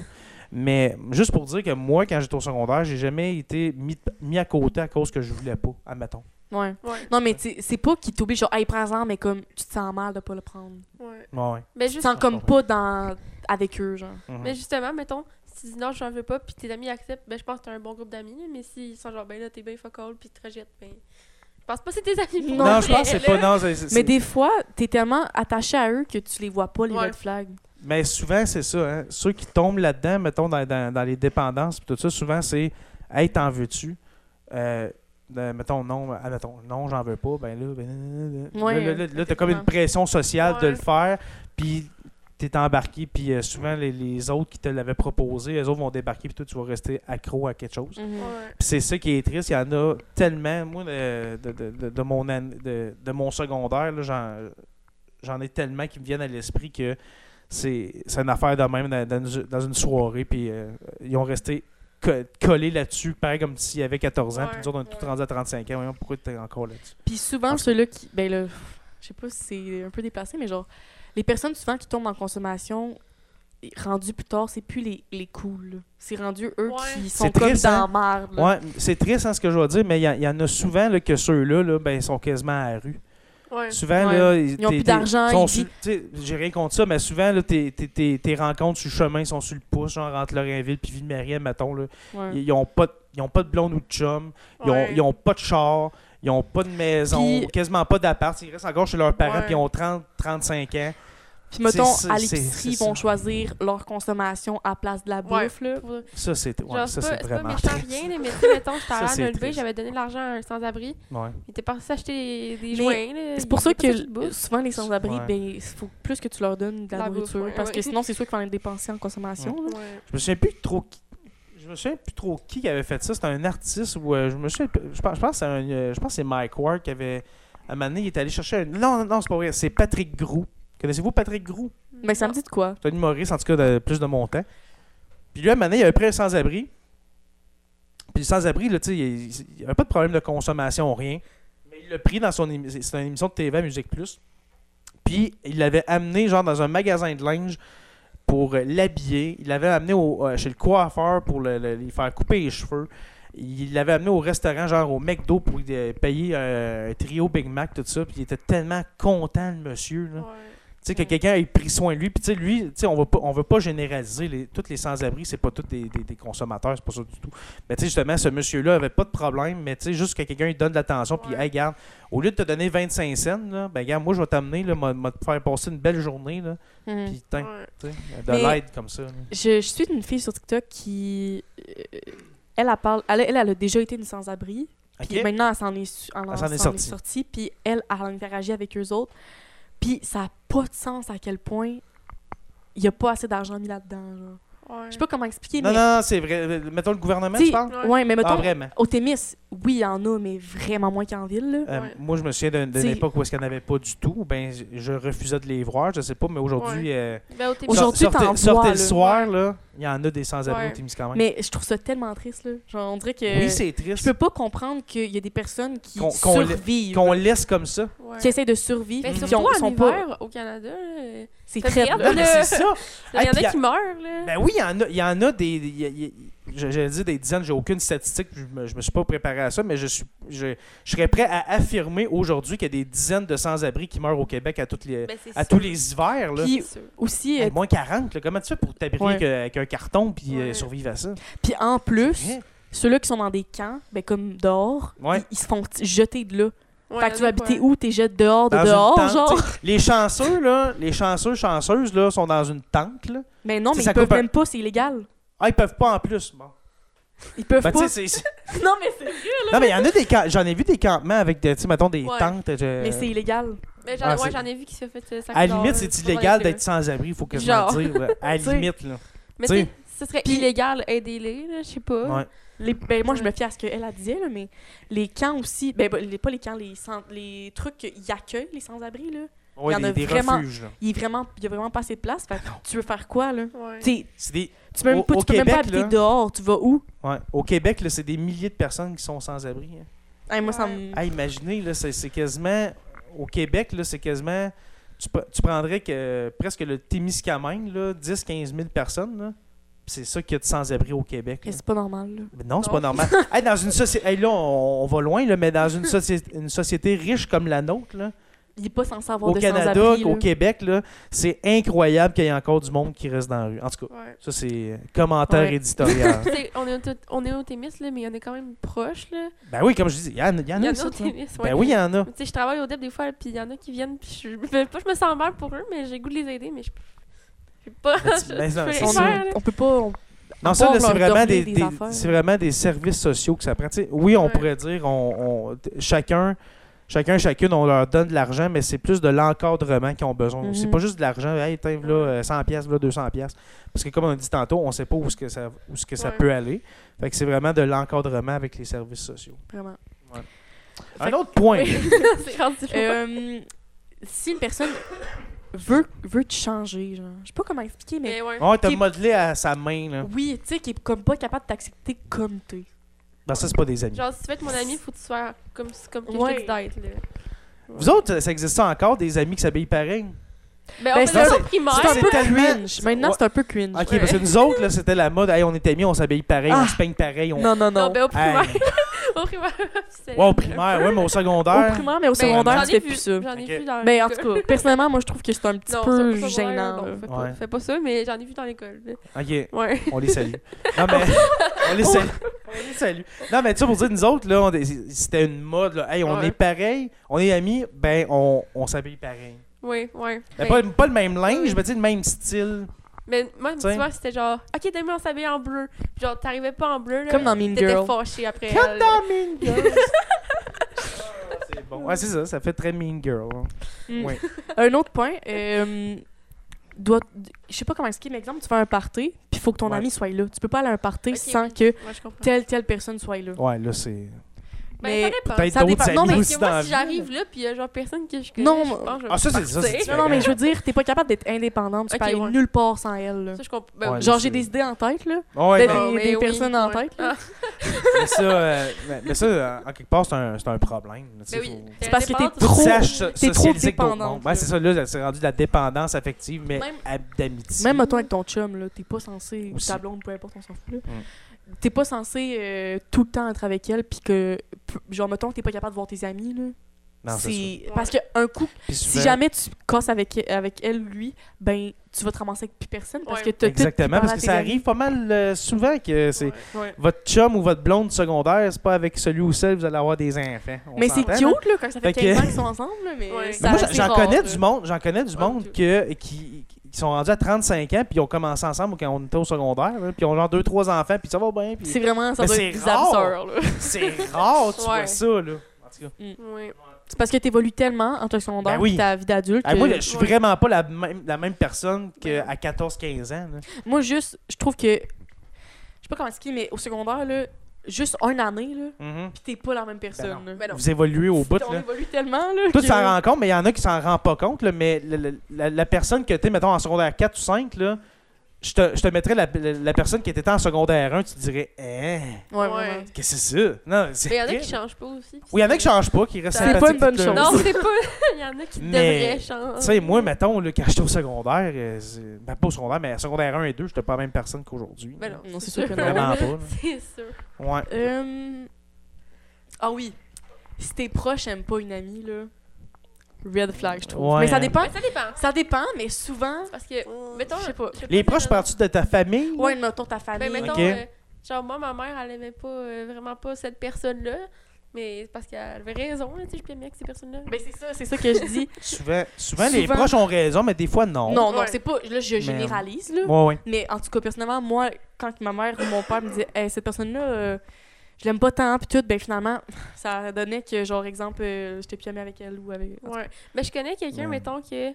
Speaker 1: Mais juste pour dire que moi, quand j'étais au secondaire, j'ai jamais été mis, mis à côté à cause que je voulais pas, admettons.
Speaker 2: Ouais.
Speaker 4: Ouais.
Speaker 2: Non, mais tu sais, c'est pas qu'il t'oblige, genre, hey, prends-en, mais comme, tu te sens mal de pas le prendre.
Speaker 4: Ouais.
Speaker 1: Ouais, ouais.
Speaker 3: Mais
Speaker 2: Tu te
Speaker 3: juste
Speaker 2: sens comme pas dans... avec eux, genre.
Speaker 1: Mhm.
Speaker 3: Mais justement, mettons, si tu dis non, je n'en veux pas, puis tes amis acceptent, ben je pense que t'as un bon groupe d'amis, mais s'ils sont genre, ben là, t'es bien fuck all, puis ils te rejettent, ben. Je pense pas que c'est tes amis. pour
Speaker 1: non,
Speaker 3: vrai,
Speaker 1: je pense que c'est pas.
Speaker 3: là.
Speaker 1: Non, c'est- c'est-
Speaker 2: Mais des fois, t'es tellement attaché à eux que tu les vois pas, les
Speaker 4: Ouais.
Speaker 2: red flags.
Speaker 1: mais souvent, c'est ça. hein. Ceux qui tombent là-dedans, mettons, dans, dans- dans les dépendances, pis tout ça, souvent, c'est Hey, t'en veux-tu Euh, euh, mettons non, ah, mettons non, j'en veux pas, ben là, ben, là, là,
Speaker 2: Ouais,
Speaker 1: là, là, là, t'as comme une
Speaker 2: effectivement.
Speaker 1: pression sociale de
Speaker 4: Ouais.
Speaker 1: le faire, puis t'es embarqué, puis euh, souvent les, les autres qui te l'avaient proposé, les autres vont débarquer, puis toi tu vas rester accro à quelque chose.
Speaker 4: Ouais.
Speaker 1: Puis c'est ça qui est triste. Il y en a tellement. Moi, de, de, de, de- de mon, an- de, de mon secondaire, là, j'en, j'en ai tellement qui me viennent à l'esprit que c'est, c'est une affaire de même dans, dans une- dans une soirée. Puis euh, ils ont resté co- collés là-dessus, pareil comme s'il y avait 14 ans.
Speaker 4: Ouais,
Speaker 1: Puis nous autres, on est tous
Speaker 4: ouais.
Speaker 1: rendus à 35 ans. Voyons pourquoi t'es encore là-dessus.
Speaker 2: Puis souvent, ceux-là qui. Ben là, je sais pas si c'est un peu déplacé, mais genre, les personnes souvent qui tombent en consommation, rendues plus tard, c'est plus les, les cools. là. C'est rendu eux
Speaker 4: Ouais.
Speaker 2: qui sont
Speaker 1: C'est
Speaker 2: comme
Speaker 1: triste, hein?
Speaker 2: dans la merde. là.
Speaker 1: Ouais, c'est triste hein, ce que je vais dire, mais il y a- il y, en a souvent là, que ceux-là, là, ben, ils sont quasiment à la rue.
Speaker 4: Ouais.
Speaker 1: Souvent,
Speaker 2: Ouais.
Speaker 1: là,
Speaker 2: Ils ont
Speaker 1: t'es-
Speaker 2: plus
Speaker 1: t'es-
Speaker 2: d'argent,
Speaker 1: sont
Speaker 2: ils
Speaker 1: sur-
Speaker 2: vivent-
Speaker 1: tu sais, J'ai rien contre ça, mais souvent, là, tes, tes- tes- tes rencontres sur le chemin sont sur le pouce, genre entre Lorrainville puis Ville-Marie, mettons. Là.
Speaker 2: Ouais.
Speaker 1: Ils, ils ont pas, de- ils ont pas de blonde ou de chum, ils, ont,
Speaker 4: Ouais.
Speaker 1: ils ont pas de char, ils ont pas de maison,
Speaker 2: Puis-
Speaker 1: quasiment pas d'appart. Ils restent encore chez leurs parents
Speaker 4: Ouais.
Speaker 1: puis ils ont 30, 35 ans.
Speaker 2: Puis mettons,
Speaker 1: c'est-
Speaker 2: à
Speaker 1: c'est- c'est
Speaker 2: l'épicerie, ils
Speaker 1: ça.
Speaker 2: vont choisir leur consommation à place de la
Speaker 4: Ouais.
Speaker 2: bouffe. là.
Speaker 3: Pour-
Speaker 1: Ça, c'est ouais,
Speaker 3: Genre,
Speaker 1: ça, c'est
Speaker 3: c'est pas, c'est pas
Speaker 1: vraiment
Speaker 3: méchant,
Speaker 1: triste.
Speaker 3: rien, là, mais tu sais, mettons, j'étais
Speaker 1: Ça,
Speaker 3: à
Speaker 1: c'est
Speaker 3: l'Olbé,
Speaker 1: triste.
Speaker 3: j'avais donné de l'argent à un sans-abri,
Speaker 1: Ouais.
Speaker 3: il était parti s'acheter des, des
Speaker 2: Mais
Speaker 3: joints, là.
Speaker 2: C'est pour
Speaker 3: il
Speaker 2: ça
Speaker 3: a pas sorti de
Speaker 2: que
Speaker 3: bouffe.
Speaker 2: souvent les sans-abri,
Speaker 1: Ouais.
Speaker 2: ben, il faut plus que tu leur donnes de la,
Speaker 4: La bouffe,
Speaker 2: nourriture.
Speaker 4: ouais,
Speaker 2: parce que
Speaker 4: ouais.
Speaker 2: sinon, c'est sûr qu'ils vont aller dépenser en consommation. là.
Speaker 4: Ouais.
Speaker 1: Je me souviens plus trop qui. Je me souviens plus trop qui avait fait ça. C'était un artiste ou euh, je me souviens plus- je pense, je pense que c'est un, euh, je pense que c'est Mike Ward qui avait à un moment donné, il est allé chercher un Non non, non, c'est pas vrai, c'est Patrick Grou. Connaissez-vous Patrick Grou
Speaker 2: Mais ça me dit de quoi?
Speaker 1: C'est un humoriste en tout cas de plus de mon temps. Puis lui à un moment donné, il avait pris un sans-abri. Puis le sans-abri là, tu sais, il- il avait pas de problème de consommation rien. Mais il l'a pris dans son émi- c'est une émission de TV à Musique Plus. Puis il l'avait amené genre dans un magasin de linge pour euh, l'habiller. Il l'avait amené au, euh, chez le coiffeur pour le, le- lui faire couper les cheveux. Il l'avait amené au restaurant, genre au McDo, pour euh, payer euh, un trio Big Mac, tout ça. Puis il était tellement content, le monsieur. là.
Speaker 4: Ouais.
Speaker 1: Tu sais, que quelqu'un ait pris soin de lui. Puis, tu sais, lui, tu sais, on ne veut pas généraliser. Les, tous les sans-abri, c'est pas tous des, des- des consommateurs, c'est pas ça du tout. Mais, tu sais, justement, ce monsieur-là avait pas de problème, mais, tu sais, juste que quelqu'un lui donne de l'attention, puis,
Speaker 4: Ouais.
Speaker 1: hey, garde, au lieu de te donner 25 cents, là, ben, garde, moi, je vais t'amener, là, m'a- m'a te faire passer une belle journée, là,
Speaker 4: Mm.
Speaker 2: Mhm.
Speaker 1: puis, tiens,
Speaker 4: Ouais.
Speaker 1: tu sais, de
Speaker 2: Mais-
Speaker 1: l'aide comme ça. là.
Speaker 2: Je, je suis une fille sur TikTok qui. euh, elle, elle parle. Elle, elle, elle a déjà été une sans-abri. Puis
Speaker 1: Ok.
Speaker 2: maintenant, elle s'en est, su- elle en-
Speaker 1: s'en est
Speaker 2: s'en
Speaker 1: sortie.
Speaker 2: Puis elle, elle a interagi avec eux autres. Puis ça n'a pas de sens à quel point il n'y a pas assez d'argent mis là-dedans. genre. Je sais pas comment expliquer,
Speaker 1: Non,
Speaker 2: mais.
Speaker 1: non, non, c'est vrai. Euh, Mettons le gouvernement,
Speaker 2: T'sais,
Speaker 1: tu parles?
Speaker 3: non.
Speaker 2: Ouais, mais
Speaker 1: Ah,
Speaker 2: mettons,
Speaker 1: vraiment.
Speaker 2: au Témis, oui, il y en a, mais vraiment moins qu'en ville. là.
Speaker 1: Euh,
Speaker 3: Ouais.
Speaker 1: Moi, je me souviens d'un- d'une
Speaker 2: T'sais-
Speaker 1: époque où est-ce qu'il n'y en avait pas du tout. Ben, je- je refusais de les voir, je sais pas, mais aujourd'hui, euh,
Speaker 3: Ben, au début,
Speaker 2: Aujourd'hui,
Speaker 1: sor- sortez,
Speaker 2: t'en
Speaker 1: sortez
Speaker 2: vois,
Speaker 1: le
Speaker 2: là.
Speaker 1: soir, là, il y en a des sans-abri
Speaker 3: Ouais.
Speaker 1: au Témiscamingue.
Speaker 2: Mais je trouve ça tellement triste. Là. Genre, on dirait que.
Speaker 1: oui, c'est
Speaker 2: je
Speaker 1: triste.
Speaker 2: peux pas comprendre qu'il y a des personnes qui
Speaker 1: Qu'on- qu'on la-
Speaker 2: survivent,
Speaker 1: Qu'on laisse comme ça.
Speaker 3: ouais.
Speaker 2: qui essayent de survivre,
Speaker 3: Mais
Speaker 2: qui
Speaker 3: surtout
Speaker 2: ont-
Speaker 3: en
Speaker 2: sont pas.
Speaker 3: hiver, au Canada, là,
Speaker 2: C'est
Speaker 3: Ça
Speaker 2: très.
Speaker 3: fait
Speaker 1: Non, mais c'est ça.
Speaker 3: il
Speaker 1: Hey,
Speaker 3: y en
Speaker 1: Ah, puis y a-
Speaker 3: a qui meurent, là.
Speaker 1: Ben oui, il y en a, il y en a des. il y a- il y a- je- J'allais dire des dizaines, j'ai aucune statistique, je me, je me suis pas préparé à ça, mais je suis je, je serais prêt à affirmer aujourd'hui qu'il y a des dizaines de sans-abri qui meurent au Québec à, toutes les,
Speaker 3: Ben, c'est
Speaker 1: à
Speaker 3: sûr.
Speaker 1: tous les hivers. Là. Ah
Speaker 2: Puis
Speaker 3: C'est sûr.
Speaker 2: aussi, euh,
Speaker 1: Hey, moins 40, là, comment tu fais pour t'abriter
Speaker 2: Ouais.
Speaker 1: avec, euh, avec un carton puis euh,
Speaker 3: Ouais.
Speaker 1: survivre à ça?
Speaker 2: puis en plus,
Speaker 1: Hein?
Speaker 2: ceux-là qui sont dans des camps, ben comme dehors,
Speaker 1: Ouais.
Speaker 2: ils, ils se font t- jeter de là.
Speaker 3: Ouais,
Speaker 2: fait que
Speaker 3: y
Speaker 2: tu
Speaker 3: en
Speaker 2: vas
Speaker 3: a pas.
Speaker 2: habiter où? T'es jeté dehors, de
Speaker 1: Dans une
Speaker 2: dehors,
Speaker 1: tente,
Speaker 2: genre?
Speaker 1: Les chanceux, là, les chanceux, chanceuses, là, sont dans une tente, là.
Speaker 2: Mais non,
Speaker 1: Tu sais,
Speaker 2: mais
Speaker 1: ça
Speaker 2: ils peuvent
Speaker 1: coupe un-
Speaker 2: même pas, c'est illégal.
Speaker 1: Ah, ils peuvent pas en plus. Bon.
Speaker 2: Ils peuvent
Speaker 1: Ben, tu
Speaker 2: pas.
Speaker 1: sais, c'est- c'est-
Speaker 2: non, mais c'est
Speaker 1: Non, mais il y en a des camps. J'en ai vu des campements avec, des, tu sais, mettons, des
Speaker 3: Ouais.
Speaker 1: tentes. euh,
Speaker 2: mais c'est illégal.
Speaker 3: Mais
Speaker 1: Ah,
Speaker 3: j'en ouais,
Speaker 1: c'est-
Speaker 3: j'en ai vu qui se fait euh, sacrer
Speaker 1: À la
Speaker 3: dehors,
Speaker 1: limite,
Speaker 3: là.
Speaker 1: c'est
Speaker 3: pas
Speaker 1: illégal
Speaker 3: vrai,
Speaker 1: d'être sans-abri, faut que je
Speaker 3: Genre.
Speaker 1: le dise. ouais. À
Speaker 2: Tu
Speaker 1: la
Speaker 2: sais.
Speaker 1: limite, là.
Speaker 3: Mais
Speaker 1: tu sais.
Speaker 3: tu sais, ce serait
Speaker 2: Puis-
Speaker 3: illégal, aidez-les, là, je sais pas.
Speaker 1: Ouais.
Speaker 2: Les- ben, moi, je me fie à ce qu'elle a dit, là, mais les camps aussi, ben, ben, les- pas les camps, les, sans- les trucs qu'ils accueillent, les sans-abri, là.
Speaker 1: Ouais,
Speaker 2: Il y en
Speaker 1: des,
Speaker 2: a
Speaker 1: des
Speaker 2: vraiment-
Speaker 1: refuges, là.
Speaker 2: Il n'y vraiment, il y a vraiment pas assez de place. Fait que tu veux faire quoi, là?
Speaker 3: Ouais.
Speaker 2: Tu sais,
Speaker 1: C'est des-
Speaker 2: tu peux même
Speaker 1: Ah Au-
Speaker 2: pas,
Speaker 1: au
Speaker 2: tu peux même pas
Speaker 1: Québec,
Speaker 2: habiter
Speaker 1: là.
Speaker 2: dehors, tu vas où?
Speaker 1: ouais. Au Québec, là, c'est des milliers de personnes qui sont sans-abri. hein.
Speaker 2: Hey, moi, ça
Speaker 3: Ouais.
Speaker 2: me.
Speaker 1: Ah, imaginez, là, c'est, c'est quasiment. Au Québec, là, c'est quasiment. Tu, pe- tu prendrais que, presque le Témiscamingue, là, 10-15 000 personnes, là. Pis C'est ça qu'il y a de sans-abri au Québec. là.
Speaker 2: C'est pas normal, là.
Speaker 1: Mais non, c'est
Speaker 3: Non.
Speaker 1: pas normal. Hey, dans une société. là, on, on va loin, là, mais dans une, socié- une société riche comme la nôtre, là,
Speaker 2: Il est pas censé avoir
Speaker 1: au
Speaker 2: de
Speaker 1: Canada,
Speaker 2: sans-abri.
Speaker 1: au
Speaker 2: là.
Speaker 1: Québec, là, c'est incroyable qu'il y ait encore du monde qui reste dans la rue. En tout cas,
Speaker 3: Ouais.
Speaker 1: ça, c'est euh, commentaire
Speaker 2: Ouais.
Speaker 1: éditorial.
Speaker 3: Tu sais, on est au- on est au Témis, là, mais on est quand même proche, là.
Speaker 1: ben oui, comme je dis, il y en, a- il y en
Speaker 3: Il y
Speaker 1: a.
Speaker 3: en a
Speaker 1: ça,
Speaker 3: au
Speaker 1: toi.
Speaker 3: Témis, ouais.
Speaker 1: Ben oui, il y en a.
Speaker 3: Tu sais, je travaille au DEP des fois, puis il y en a qui viennent, puis je, ben, pas, je me sens mal pour eux, mais j'ai le goût de les aider, mais je je peux pas.
Speaker 1: Ben, tu-
Speaker 3: je-
Speaker 1: ben,
Speaker 3: je
Speaker 1: non,
Speaker 3: peux
Speaker 1: c'est
Speaker 3: rien
Speaker 2: On,
Speaker 1: ça.
Speaker 3: faire,
Speaker 2: a-
Speaker 3: là.
Speaker 2: on peut pas. on-
Speaker 1: Non, ça,
Speaker 2: part
Speaker 1: là, c'est
Speaker 2: leur
Speaker 1: vraiment
Speaker 2: donner
Speaker 1: des,
Speaker 2: des
Speaker 1: des-
Speaker 2: affaires.
Speaker 1: c'est vraiment des services sociaux que ça prend. Tu sais, oui, on
Speaker 3: Ouais.
Speaker 1: pourrait dire, on, on- t- chacun, chacun, chacune, on leur donne de l'argent, mais c'est plus de l'encadrement qu'ils ont besoin.
Speaker 2: Mhm.
Speaker 1: C'est pas juste de l'argent, hey, tiens, là, euh, 100 pièces, là, 200 pièces, parce que comme on a dit tantôt, on sait pas où ce que ça, où ce que ça
Speaker 3: Ouais.
Speaker 1: peut aller. Fait que c'est vraiment de l'encadrement avec les services sociaux.
Speaker 2: Vraiment.
Speaker 1: Un autre point.
Speaker 3: C'est rendu
Speaker 1: Eh
Speaker 3: chaud.
Speaker 2: Euh, si une personne veut, veut te changer, genre, je sais pas comment expliquer, mais.
Speaker 3: mais ouais.
Speaker 1: On t'a
Speaker 2: Qui-
Speaker 1: Ah, modelé à sa main, là.
Speaker 2: Euh, Oui, tu sais, qui est comme pas capable de t'accepter comme t'es.
Speaker 1: Non, Ben, ça, c'est pas des amis.
Speaker 3: Genre, si tu veux être mon ami, faut que tu sois comme, comme que
Speaker 2: Ouais.
Speaker 3: je te dis d'être, là.
Speaker 1: Vous autres, ça existe ça encore, des amis qui s'habillent pareil?
Speaker 3: Ben, on
Speaker 2: Ben,
Speaker 3: fait
Speaker 2: c'est-
Speaker 3: le cours primaire.
Speaker 2: C'est un
Speaker 1: c'est
Speaker 2: peu
Speaker 1: tellement-
Speaker 2: cringe. Maintenant,
Speaker 1: Ouais.
Speaker 2: c'est un peu cringe.
Speaker 1: OK,
Speaker 3: Ouais.
Speaker 1: parce que nous autres, là, c'était la mode, hey, on est amis, on s'habille pareil, on
Speaker 2: Ah.
Speaker 1: se peigne pareil, on
Speaker 2: Non, non, non.
Speaker 3: Non, ben, au primaire.
Speaker 1: Hey.
Speaker 3: au primaire. c'est-
Speaker 1: Ouais, au primaire, ouais, mais au
Speaker 2: au
Speaker 1: secondaire.
Speaker 2: primaire, mais au
Speaker 3: Ben,
Speaker 2: secondaire,
Speaker 3: j'en
Speaker 2: tu
Speaker 3: ai
Speaker 2: fais
Speaker 3: vu-
Speaker 2: plus ça.
Speaker 3: J'en ai
Speaker 1: Ok.
Speaker 3: vu dans
Speaker 2: Ben, en
Speaker 3: l'école.
Speaker 2: tout cas, personnellement, moi, je trouve que c'est un petit
Speaker 3: Non,
Speaker 2: peu
Speaker 3: ça, au secondaire,
Speaker 2: gênant.
Speaker 3: non,
Speaker 2: là.
Speaker 3: fais pas-
Speaker 1: Ouais.
Speaker 3: Fais pas ça, mais j'en ai vu dans l'école. là.
Speaker 1: OK,
Speaker 3: Ouais.
Speaker 1: on les salue. Non, mais on les salue. On les salue. Non, mais tu sais, pour dire, nous autres, là, on est- c'était une mode, là. Hey, on
Speaker 3: Ouais.
Speaker 1: est pareil, on est amis, ben, on, on s'habille pareil.
Speaker 3: Ouais, ouais.
Speaker 1: Ben,
Speaker 3: Ben,
Speaker 1: pas, pas le même linge,
Speaker 3: Oui.
Speaker 1: mais tu sais, le même style.
Speaker 3: Mais moi, tu
Speaker 1: Tiens.
Speaker 3: vois, c'était genre, OK, demain, on s'habille en bleu. Puis Genre, t'arrivais pas en bleu. Là,
Speaker 2: Comme dans Mean
Speaker 3: T'étais
Speaker 2: Girl.
Speaker 3: fâché après.
Speaker 1: Comme
Speaker 3: elle.
Speaker 1: dans Mean Girls. Ah, c'est bon. Ouais, c'est ça, ça fait très Mean Girl. hein.
Speaker 2: Mm.
Speaker 1: Ouais.
Speaker 2: Un autre point, euh, doit, je sais pas comment expliquer, mais exemple, tu fais un party, puis il faut que ton
Speaker 1: Ouais.
Speaker 2: ami soit là. Tu peux pas aller à un party
Speaker 3: Ok,
Speaker 2: sans
Speaker 3: oui.
Speaker 2: que
Speaker 3: Ouais, je comprends.
Speaker 2: telle, telle personne soit là.
Speaker 1: Ouais, là, c'est.
Speaker 3: Ben,
Speaker 2: Mais-
Speaker 3: ça dépend.
Speaker 1: Peut-être
Speaker 2: Ça
Speaker 1: d'autres
Speaker 2: dépend. Non,
Speaker 1: amis
Speaker 2: mais
Speaker 1: aussi
Speaker 3: Parce que
Speaker 1: dans
Speaker 3: moi,
Speaker 1: la
Speaker 3: si
Speaker 1: vie.
Speaker 3: j'arrive là, puis il y a genre personne que je connais,
Speaker 2: Non,
Speaker 3: je pense que je vais
Speaker 1: Ah, ça, c'est ça. c'est
Speaker 3: partir.
Speaker 2: Non, non, mais je veux
Speaker 1: différent.
Speaker 2: dire, t'es pas capable d'être indépendante. Tu
Speaker 3: Ok,
Speaker 2: peux aller
Speaker 3: ouais.
Speaker 2: nulle part sans elle. là.
Speaker 3: Ça, je comprends. Ben,
Speaker 1: Ouais,
Speaker 3: oui.
Speaker 2: Genre,
Speaker 1: c'est-
Speaker 2: j'ai des idées en tête, là.
Speaker 1: Ouais,
Speaker 2: Peut-être
Speaker 1: non,
Speaker 2: des-
Speaker 3: mais
Speaker 2: des
Speaker 3: oui,
Speaker 2: personnes en
Speaker 3: ouais.
Speaker 2: tête, là.
Speaker 3: Ah,
Speaker 1: mais ça, euh, mais- mais ça, euh, en quelque part, c'est un, c'est un problème. là, tu sais,
Speaker 3: Ben oui.
Speaker 1: faut-
Speaker 2: parce que t'es
Speaker 3: indépendante,
Speaker 1: Faut que
Speaker 2: trop-
Speaker 3: tu
Speaker 1: tu
Speaker 3: sais.
Speaker 1: saches
Speaker 2: t'es trop
Speaker 1: socialiser avec d'autres
Speaker 2: dépendante,
Speaker 1: mondes. Ouais,
Speaker 2: là.
Speaker 1: c'est ça, là, c'est rendu de la dépendance affective, mais
Speaker 2: Même-
Speaker 1: ab- d'amitié.
Speaker 2: Même toi avec ton chum, là, t'es pas censé, ou
Speaker 1: Aussi. Mm.
Speaker 2: ta blonde, peu importe, on s'en fout, là. T'es pas censé euh, tout le temps être avec elle, puis que, p- genre, mettons, que t'es pas capable de voir tes amis, là.
Speaker 1: Non, c'est sûr.
Speaker 2: c'est Parce qu'un coup,
Speaker 1: Puis
Speaker 2: si
Speaker 1: souvent-
Speaker 2: jamais tu casses avec, avec elle, lui, ben, tu vas te ramasser avec plus personne parce
Speaker 3: Ouais.
Speaker 2: que t'as tout
Speaker 1: Exactement,
Speaker 2: qui
Speaker 1: parce
Speaker 2: parle
Speaker 1: que
Speaker 2: à
Speaker 1: ça
Speaker 2: tes
Speaker 1: arrive pas mal euh, souvent que c'est
Speaker 3: Ouais.
Speaker 2: amis.
Speaker 1: votre chum ou votre blonde secondaire, c'est pas avec celui ou celle que vous allez avoir des enfants. On
Speaker 2: Mais c'est
Speaker 1: s'entend, là?
Speaker 2: cute, là, quand ça fait
Speaker 1: Fait que-
Speaker 2: 15 ans qu'ils sont ensemble, là, mais
Speaker 3: Ouais.
Speaker 2: ça-
Speaker 1: Mais moi,
Speaker 2: c'est
Speaker 1: j'en
Speaker 2: rare,
Speaker 1: connais
Speaker 2: là.
Speaker 1: du monde, j'en connais du
Speaker 3: Ouais,
Speaker 1: monde
Speaker 3: ok.
Speaker 1: que, qui, qui sont rendus à 35 ans, puis ils ont commencé ensemble quand on était au secondaire, là, puis ils ont genre deux, trois enfants, puis ça va bien, puis
Speaker 2: C'est vraiment, ça
Speaker 1: Mais
Speaker 2: doit
Speaker 1: c'est
Speaker 2: être des
Speaker 1: rare.
Speaker 2: abseurs, là.
Speaker 1: c'est rare, tu vois
Speaker 3: Ouais.
Speaker 1: ça, là. En tout cas.
Speaker 3: Oui.
Speaker 2: C'est parce que t'évolues tellement entre ton secondaire
Speaker 1: Ben oui.
Speaker 2: et ta vie d'adulte.
Speaker 1: Hey, moi,
Speaker 2: que-
Speaker 1: je suis
Speaker 3: Ouais.
Speaker 1: vraiment pas la même, la même personne qu'à 14-15 ans. là.
Speaker 2: Moi, juste, je trouve que. Je sais pas comment expliquer, mais au secondaire, là, juste une année, là,
Speaker 1: Mhm.
Speaker 2: pis t'es pas la même personne. là.
Speaker 3: Ben non.
Speaker 1: Vous évoluez au bout,
Speaker 2: On
Speaker 1: là.
Speaker 2: évolue tellement, là.
Speaker 1: Tout
Speaker 2: que-
Speaker 1: s'en rend compte, mais il y en a qui s'en rend pas compte. là, mais le- le- la, la personne que tu es, mettons, en secondaire 4 ou 5, là, je te, je te mettrais la, la- la personne qui était en secondaire 1, tu te dirais, hein,
Speaker 2: Ouais,
Speaker 3: Ouais.
Speaker 2: vraiment.
Speaker 1: qu'est-ce que c'est ça? Non, c'est
Speaker 3: Mais il y en a
Speaker 1: terrible.
Speaker 3: qui changent pas aussi. puis
Speaker 1: Oui, il y en a qui
Speaker 3: c'est-
Speaker 1: changent pas, qui restent
Speaker 2: C'est pas
Speaker 1: sympathiques
Speaker 2: une bonne
Speaker 1: toute leur
Speaker 2: chose.
Speaker 3: Non, c'est pas. Il y en a qui
Speaker 1: Mais,
Speaker 3: devraient changer.
Speaker 1: Tu sais, moi, mettons, là, quand j'étais au secondaire, euh, c'est- ben, pas au secondaire, mais secondaire 1 et 2, j'étais pas la même personne qu'aujourd'hui.
Speaker 3: Ben non,
Speaker 2: Non, c'est
Speaker 3: c'est
Speaker 2: sûr
Speaker 3: sûr.
Speaker 2: que non.
Speaker 1: Vraiment pas. là.
Speaker 3: C'est sûr.
Speaker 1: Ouais.
Speaker 2: Euh, Ah oui. Si tes proches aiment pas une amie, là. Red flag, je trouve.
Speaker 1: Ouais,
Speaker 2: mais ça
Speaker 1: hein.
Speaker 2: dépend.
Speaker 3: Mais ça dépend.
Speaker 2: Ça dépend, mais souvent.
Speaker 3: Parce que, mettons.
Speaker 2: Je sais pas.
Speaker 3: je sais
Speaker 1: Les
Speaker 3: pas,
Speaker 1: proches
Speaker 3: mettons-
Speaker 1: partent de ta famille?
Speaker 2: Ouais, mettons ta famille.
Speaker 3: Ben, mettons,
Speaker 1: Ok.
Speaker 3: euh, genre, moi, ma mère, elle aimait pas euh, vraiment pas cette personne-là. Mais c'est parce qu'elle avait raison, là, tu sais, je peux bien que ces personnes-là.
Speaker 2: Ben, c'est ça, c'est ça que je dis.
Speaker 1: Souvent, souvent, les
Speaker 2: Souvent.
Speaker 1: proches ont raison, mais des fois, non.
Speaker 2: non, non,
Speaker 3: Ouais.
Speaker 2: c'est pas. Là, je généralise, là.
Speaker 1: Ouais, ouais.
Speaker 2: Mais en tout cas, personnellement, moi, quand ma mère ou mon père me disaient Hey, cette personne-là, euh, je l'aime pas tant, puis tout, ben finalement, ça donnait que, genre, exemple, euh, j'étais plus amie avec elle ou avec.
Speaker 3: Ouais. Mais Ben, je connais quelqu'un,
Speaker 1: Ouais.
Speaker 3: mettons, que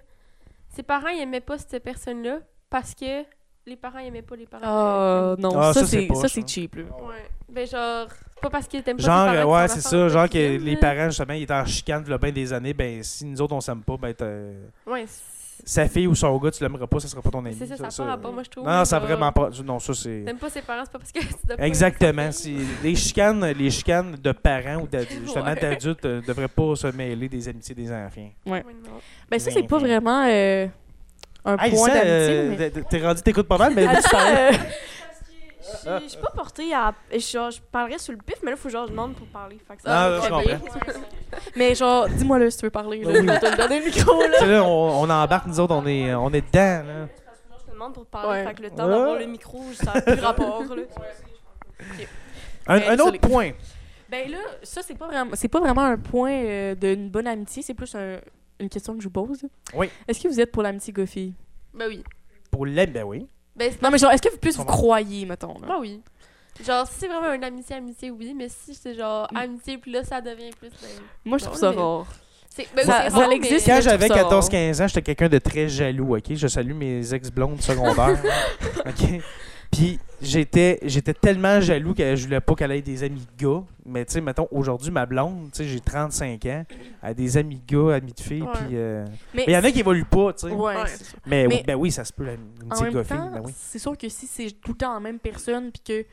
Speaker 3: ses parents ils aimaient pas cette personne-là parce que les parents ils aimaient pas les parents.
Speaker 2: Ah, non,
Speaker 1: Ah,
Speaker 2: ça,
Speaker 1: ça, c'est
Speaker 2: c'est
Speaker 1: poche,
Speaker 2: ça, c'est
Speaker 1: hein.
Speaker 2: cheap, là.
Speaker 3: Ouais. Ben, genre, c'est pas parce qu'ils t'aiment pas.
Speaker 1: Genre,
Speaker 3: tes
Speaker 1: euh,
Speaker 3: parents
Speaker 1: ouais,
Speaker 3: que
Speaker 1: c'est
Speaker 3: ton enfant
Speaker 1: ça. Genre
Speaker 3: va
Speaker 1: que
Speaker 3: être
Speaker 1: les
Speaker 3: bien,
Speaker 1: parents, justement, ils étaient en chicane, il y a bien des années, ben si nous autres, on s'aime pas, ben t'as-
Speaker 3: là. Ouais, c'est
Speaker 1: sa fille ou son gars, tu l'aimeras pas, ça sera pas ton ami.
Speaker 3: c'est ça, ça part à pas, moi, je trouve.
Speaker 1: Non, non, ça a
Speaker 3: genre,
Speaker 1: vraiment pas. Non, ça, c'est.
Speaker 3: T'aimes pas ses parents, c'est pas parce que tu dois pas-
Speaker 1: Exactement. c'est- Les chicanes, les chicanes de parents ou d'ad- justement
Speaker 3: Ouais.
Speaker 1: d'adultes euh, devraient pas se mêler des amitiés des enfants.
Speaker 3: Ouais, non.
Speaker 2: Ben, ça, c'est pas vraiment euh, un
Speaker 1: Hey,
Speaker 2: point
Speaker 1: ça,
Speaker 2: d'amitié.
Speaker 1: euh,
Speaker 2: mais-
Speaker 1: t'es- t'es rendu, t'écoutes pas mal, mais là, tu parlais.
Speaker 4: Je je suis pas portée à. Genre, je parlerais sur le pif, mais là, faut genre je demande pour parler. Fait que
Speaker 1: Ah,
Speaker 4: ça,
Speaker 1: là, je
Speaker 4: ouais.
Speaker 1: comprends.
Speaker 2: Mais genre, dis-moi là si tu veux parler. Là.
Speaker 1: Oui, oui.
Speaker 2: Je vais te le donner le micro là.
Speaker 1: Tu sais, là, on, on embarque, nous autres, on est, on est dedans. là.
Speaker 4: Je te demande pour parler.
Speaker 2: Ouais.
Speaker 4: Fait que le temps d'avoir le micro, ça a plus rapport. Là.
Speaker 1: Un,
Speaker 2: Ben,
Speaker 1: un
Speaker 2: désolé.
Speaker 1: autre point.
Speaker 2: Ben là, ça c'est pas vraiment c'est pas vraiment un point euh, d'une bonne amitié, c'est plus un- une question que je vous pose. là.
Speaker 1: Oui.
Speaker 2: Est-ce que vous êtes pour l'amitié goffy
Speaker 3: Ben oui.
Speaker 1: Pour l'aime, ben oui.
Speaker 3: Ben, c'est
Speaker 2: Non mais genre est-ce que vous plus vous
Speaker 1: Comment?
Speaker 2: croyez mettons là?
Speaker 3: Ben oui. Genre, si c'est vraiment une amitié, amitié, oui, mais si c'est genre amitié, puis là, ça devient plus. Ben,
Speaker 2: Moi je
Speaker 3: Non,
Speaker 2: trouve ça
Speaker 3: mais-
Speaker 2: rare.
Speaker 3: c'est, ben,
Speaker 2: Ça-
Speaker 3: c'est
Speaker 2: ça
Speaker 3: rare, mais-
Speaker 2: existe,
Speaker 1: Quand
Speaker 2: je trouve
Speaker 1: j'avais
Speaker 2: ça
Speaker 1: 14-15 ans, j'étais quelqu'un de très jaloux, OK? Je salue mes ex-blondes secondaires. OK? Puis j'étais j'étais tellement jaloux que je voulais pas qu'elle ait des amis de gars. Mais tu sais, mettons, aujourd'hui, ma blonde, tu sais, j'ai 35 ans, elle a des amis de gars, amis de filles,
Speaker 3: Ouais.
Speaker 1: puis... euh,
Speaker 2: Mais
Speaker 1: Mais il y en a qui évoluent pas, tu sais.
Speaker 2: Ouais.
Speaker 3: Ouais.
Speaker 2: c'est sûr.
Speaker 1: Mais,
Speaker 2: Mais-
Speaker 1: ben oui, ça se peut, la
Speaker 2: En
Speaker 1: l'amitié
Speaker 2: même
Speaker 1: goffée,
Speaker 2: temps,
Speaker 1: ben oui.
Speaker 2: c'est sûr que si c'est tout le temps la même personne puis que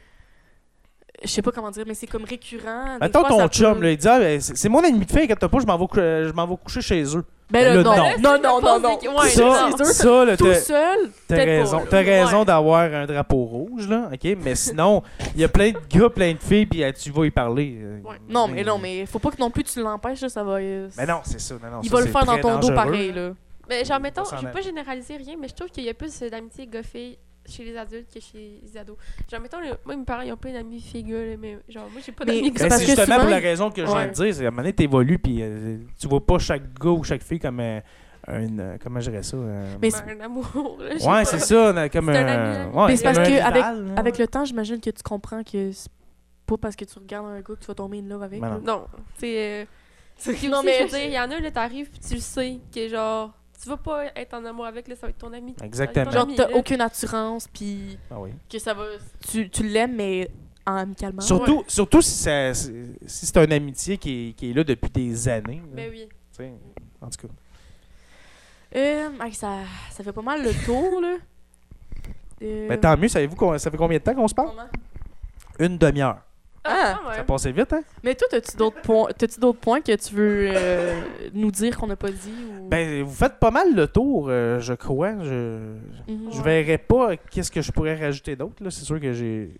Speaker 2: je sais pas comment dire mais c'est comme récurrent. des
Speaker 1: Mettons
Speaker 2: fois,
Speaker 1: ton
Speaker 2: ça
Speaker 1: chum,
Speaker 2: peut-
Speaker 1: là, il dit « Ah, ben, c'est c'est mon ami de filles, quand t'as pas, je m'en vais, cou- euh, je m'en vais coucher chez eux.
Speaker 2: Ben là,
Speaker 1: Le
Speaker 2: non.
Speaker 1: non.
Speaker 2: non non non non.
Speaker 3: Ouais,
Speaker 1: ça,
Speaker 3: non.
Speaker 1: ça, là,
Speaker 2: Tout
Speaker 1: t'as-
Speaker 2: seul,
Speaker 1: T'as
Speaker 2: Peut-être
Speaker 1: raison,
Speaker 2: pas, là.
Speaker 1: t'as raison
Speaker 3: Ouais.
Speaker 1: d'avoir un drapeau rouge, là, OK? Mais sinon, il y a plein de gars, plein de filles, puis euh, tu vas y parler. euh,
Speaker 3: Ouais.
Speaker 2: Non, mais non, mais faut pas que non plus tu l'empêches, là, ça va. euh,
Speaker 1: Mais non, c'est ça. Non, non,
Speaker 2: il
Speaker 1: ça,
Speaker 2: va le
Speaker 1: c'est
Speaker 2: faire dans
Speaker 1: très
Speaker 2: ton dos
Speaker 1: dangereux. Ben,
Speaker 2: pareil, là.
Speaker 3: Mais genre,
Speaker 1: On
Speaker 3: mettons,
Speaker 1: s'en
Speaker 3: je
Speaker 1: a-
Speaker 3: veux pas généraliser rien, mais je trouve qu'il y a plus d'amitié goffée chez les adultes que chez les ados. Genre, mettons, le- moi, mes parents, ils ont plein d'amis filles gars, là, mais genre, moi, j'ai pas
Speaker 2: Mais-
Speaker 1: Ben,
Speaker 3: d'amis gars.
Speaker 2: C'est parce
Speaker 1: c'est
Speaker 2: que
Speaker 1: justement
Speaker 2: souvent,
Speaker 1: pour la
Speaker 2: il-
Speaker 1: raison que je viens
Speaker 2: Ouais.
Speaker 1: de dire. C'est à un moment donné, t'évolues, puis euh, tu vois pas chaque gars ou chaque fille comme euh, un... euh, comment je dirais ça? euh,
Speaker 2: Mais
Speaker 3: un amour, là, je sais
Speaker 1: ouais,
Speaker 3: pas.
Speaker 1: c'est ça, là, comme
Speaker 3: Ben, C'est
Speaker 1: un...
Speaker 3: un ami, hein.
Speaker 1: ouais,
Speaker 2: Mais c'est
Speaker 1: comme
Speaker 2: parce
Speaker 1: un
Speaker 2: que avec-
Speaker 1: rival, là.
Speaker 2: Avec le temps, j'imagine que tu comprends que c'est pas parce que tu regardes un gars que tu vas tomber in love avec.
Speaker 1: Ben
Speaker 2: là.
Speaker 1: non.
Speaker 3: Non, c'est.
Speaker 2: Non,
Speaker 3: Non,
Speaker 2: mais-
Speaker 3: mais. Je veux dire, il y en a, là, t'arrives, puis tu le sais, que genre, tu vas pas être en amour avec, là, ça va être ton ami.
Speaker 1: Exactement.
Speaker 3: Genre-
Speaker 2: Genre,
Speaker 3: Ami,
Speaker 2: t'as
Speaker 3: là.
Speaker 2: aucune assurance, puis
Speaker 1: Ah oui.
Speaker 2: que ça va. Tu, tu l'aimes, mais amicalement.
Speaker 1: Surtout, surtout si, ça- si si c'est une amitié qui est, qui est là depuis des années. là,
Speaker 3: Ben oui.
Speaker 1: tu sais, En tout cas.
Speaker 2: Euh, hey, ça, ça fait pas mal le tour, là. Euh,
Speaker 1: Mais Ben, tant mieux, savez-vous qu'on- ça fait combien de temps qu'on se parle? Une demi-heure.
Speaker 2: Ah,
Speaker 3: quand même.
Speaker 1: Ça passait vite, hein?
Speaker 2: Mais toi, t'as-tu d'autres points, t'as-tu d'autres points que tu veux euh, nous dire qu'on n'a pas dit ou...
Speaker 1: Ben, vous faites pas mal le tour, euh, je crois. Je,
Speaker 2: Mhm.
Speaker 1: je verrai pas qu'est-ce que je pourrais rajouter d'autre. là. C'est sûr que j'ai.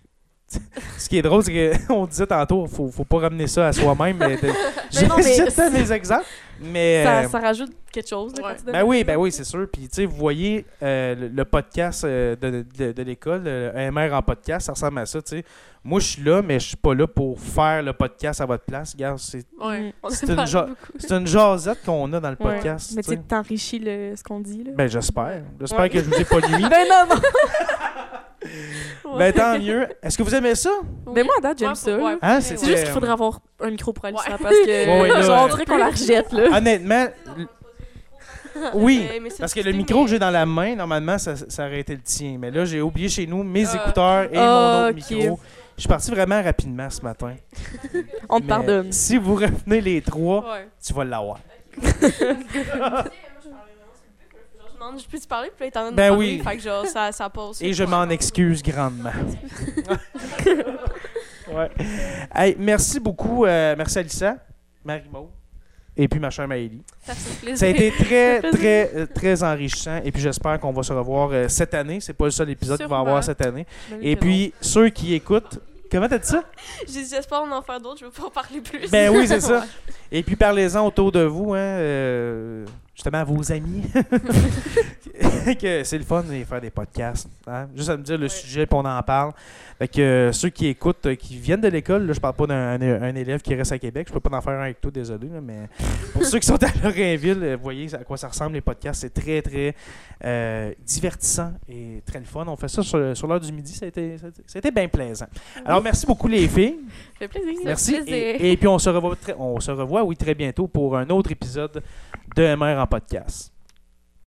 Speaker 1: Ce qui est drôle, c'est qu'on disait tantôt, faut, faut pas ramener ça à soi-même. Mais,
Speaker 2: non, mais
Speaker 1: J'ai- j'ai
Speaker 2: c'est-
Speaker 1: fait des exemples. Mais.
Speaker 2: Ça,
Speaker 1: euh,
Speaker 2: ça rajoute quelque chose, là,
Speaker 4: Ouais.
Speaker 2: quand tu donnes-
Speaker 1: Ben oui, ben oui, c'est sûr. Puis, tu sais, vous voyez euh, le, le podcast euh, de, de- de l'école, euh, MR en podcast, ça ressemble à ça, tu sais. Moi, je suis là, mais je suis pas là pour faire le podcast à votre place. Regarde, c'est
Speaker 3: Ouais.
Speaker 2: Mm.
Speaker 3: On
Speaker 1: C'est
Speaker 3: en
Speaker 1: une
Speaker 3: parle
Speaker 1: ja-
Speaker 3: beaucoup.
Speaker 1: c'est une jasette qu'on a dans le
Speaker 2: Ouais.
Speaker 1: podcast,
Speaker 2: Mais
Speaker 1: tu
Speaker 2: tu
Speaker 1: sais.
Speaker 2: sais, t'enrichis le- ce qu'on dit, là.
Speaker 1: Ben, j'espère. J'espère
Speaker 2: Ouais.
Speaker 1: que je vous ai pas nuit.
Speaker 2: Ben non, non!
Speaker 1: ben, tant mieux. Est-ce que vous aimez ça?
Speaker 2: Ben moi, à date, j'aime
Speaker 3: Ouais,
Speaker 2: ça.
Speaker 3: pour- ouais,
Speaker 2: là.
Speaker 3: pour
Speaker 1: Hein,
Speaker 3: vrai,
Speaker 1: c'est
Speaker 2: C'est
Speaker 3: ouais.
Speaker 2: juste qu'il
Speaker 1: Euh,
Speaker 2: faudrait avoir un micro pour aller sur
Speaker 3: Ouais.
Speaker 2: ça, parce
Speaker 1: Ouais, ouais, là,
Speaker 2: que genre, on
Speaker 1: euh,
Speaker 2: dirait qu'on la rejette, là.
Speaker 1: Honnêtement, l- oui.
Speaker 4: Euh, mais c'est
Speaker 1: Parce que le
Speaker 4: discuté,
Speaker 1: micro
Speaker 4: mais-
Speaker 1: que j'ai dans la main, normalement, ça, ça aurait été le tien. Mais là, j'ai oublié chez nous mes
Speaker 4: Ah.
Speaker 1: écouteurs et mon
Speaker 2: Ah,
Speaker 1: autre
Speaker 2: ok.
Speaker 1: micro. Je suis parti vraiment rapidement ce matin.
Speaker 2: On te
Speaker 1: Mais
Speaker 2: pardonne.
Speaker 1: Si vous revenez les trois,
Speaker 4: Ouais.
Speaker 1: tu vas l'avoir.
Speaker 4: Genre, je demande, je peux te parler, puis là, il t'en donne
Speaker 1: Ben
Speaker 4: parler,
Speaker 1: oui.
Speaker 4: Fait que genre, ça, ça passe.
Speaker 1: Et je m'en excuse grandement. ouais. Hey, merci beaucoup. euh, merci Alissa, Marie-Maud et puis ma chère Maëlie.
Speaker 3: Ça fait plaisir.
Speaker 1: Ça a été très,
Speaker 3: Ça fait
Speaker 1: très, euh, très enrichissant. Et puis j'espère qu'on va se revoir euh, cette année. C'est pas le seul épisode qu'on va
Speaker 3: Sûrement.
Speaker 1: avoir cette année. Et puis ceux qui écoutent. Comment t'as dit ça?
Speaker 4: J'ai dit, j'espère en en faire d'autres, je veux pas en parler plus.
Speaker 1: Ben oui, c'est ça. Et puis parlez-en autour de vous, hein, euh, justement à vos amis. que c'est le fun de faire des podcasts. hein. Juste à me dire le sujet, puis on en parle. Fait que euh, ceux qui écoutent, euh, qui viennent de l'école, là, je parle pas d'un un- un élève qui reste à Québec, je peux pas en faire un avec toi, désolé, là, mais pour ceux qui sont à Lorainville, euh, vous voyez à quoi ça ressemble les podcasts. C'est très, très euh, divertissant et très le fun. On fait ça sur, sur l'heure du midi, ça a été, ça a été- ça a été bien plaisant. Alors merci beaucoup les filles.
Speaker 3: Ça fait plaisir.
Speaker 1: Merci.
Speaker 3: Ça fait plaisir.
Speaker 1: Et, et puis on se revoit très, on se revoit oui très bientôt pour un autre épisode de MR en podcast.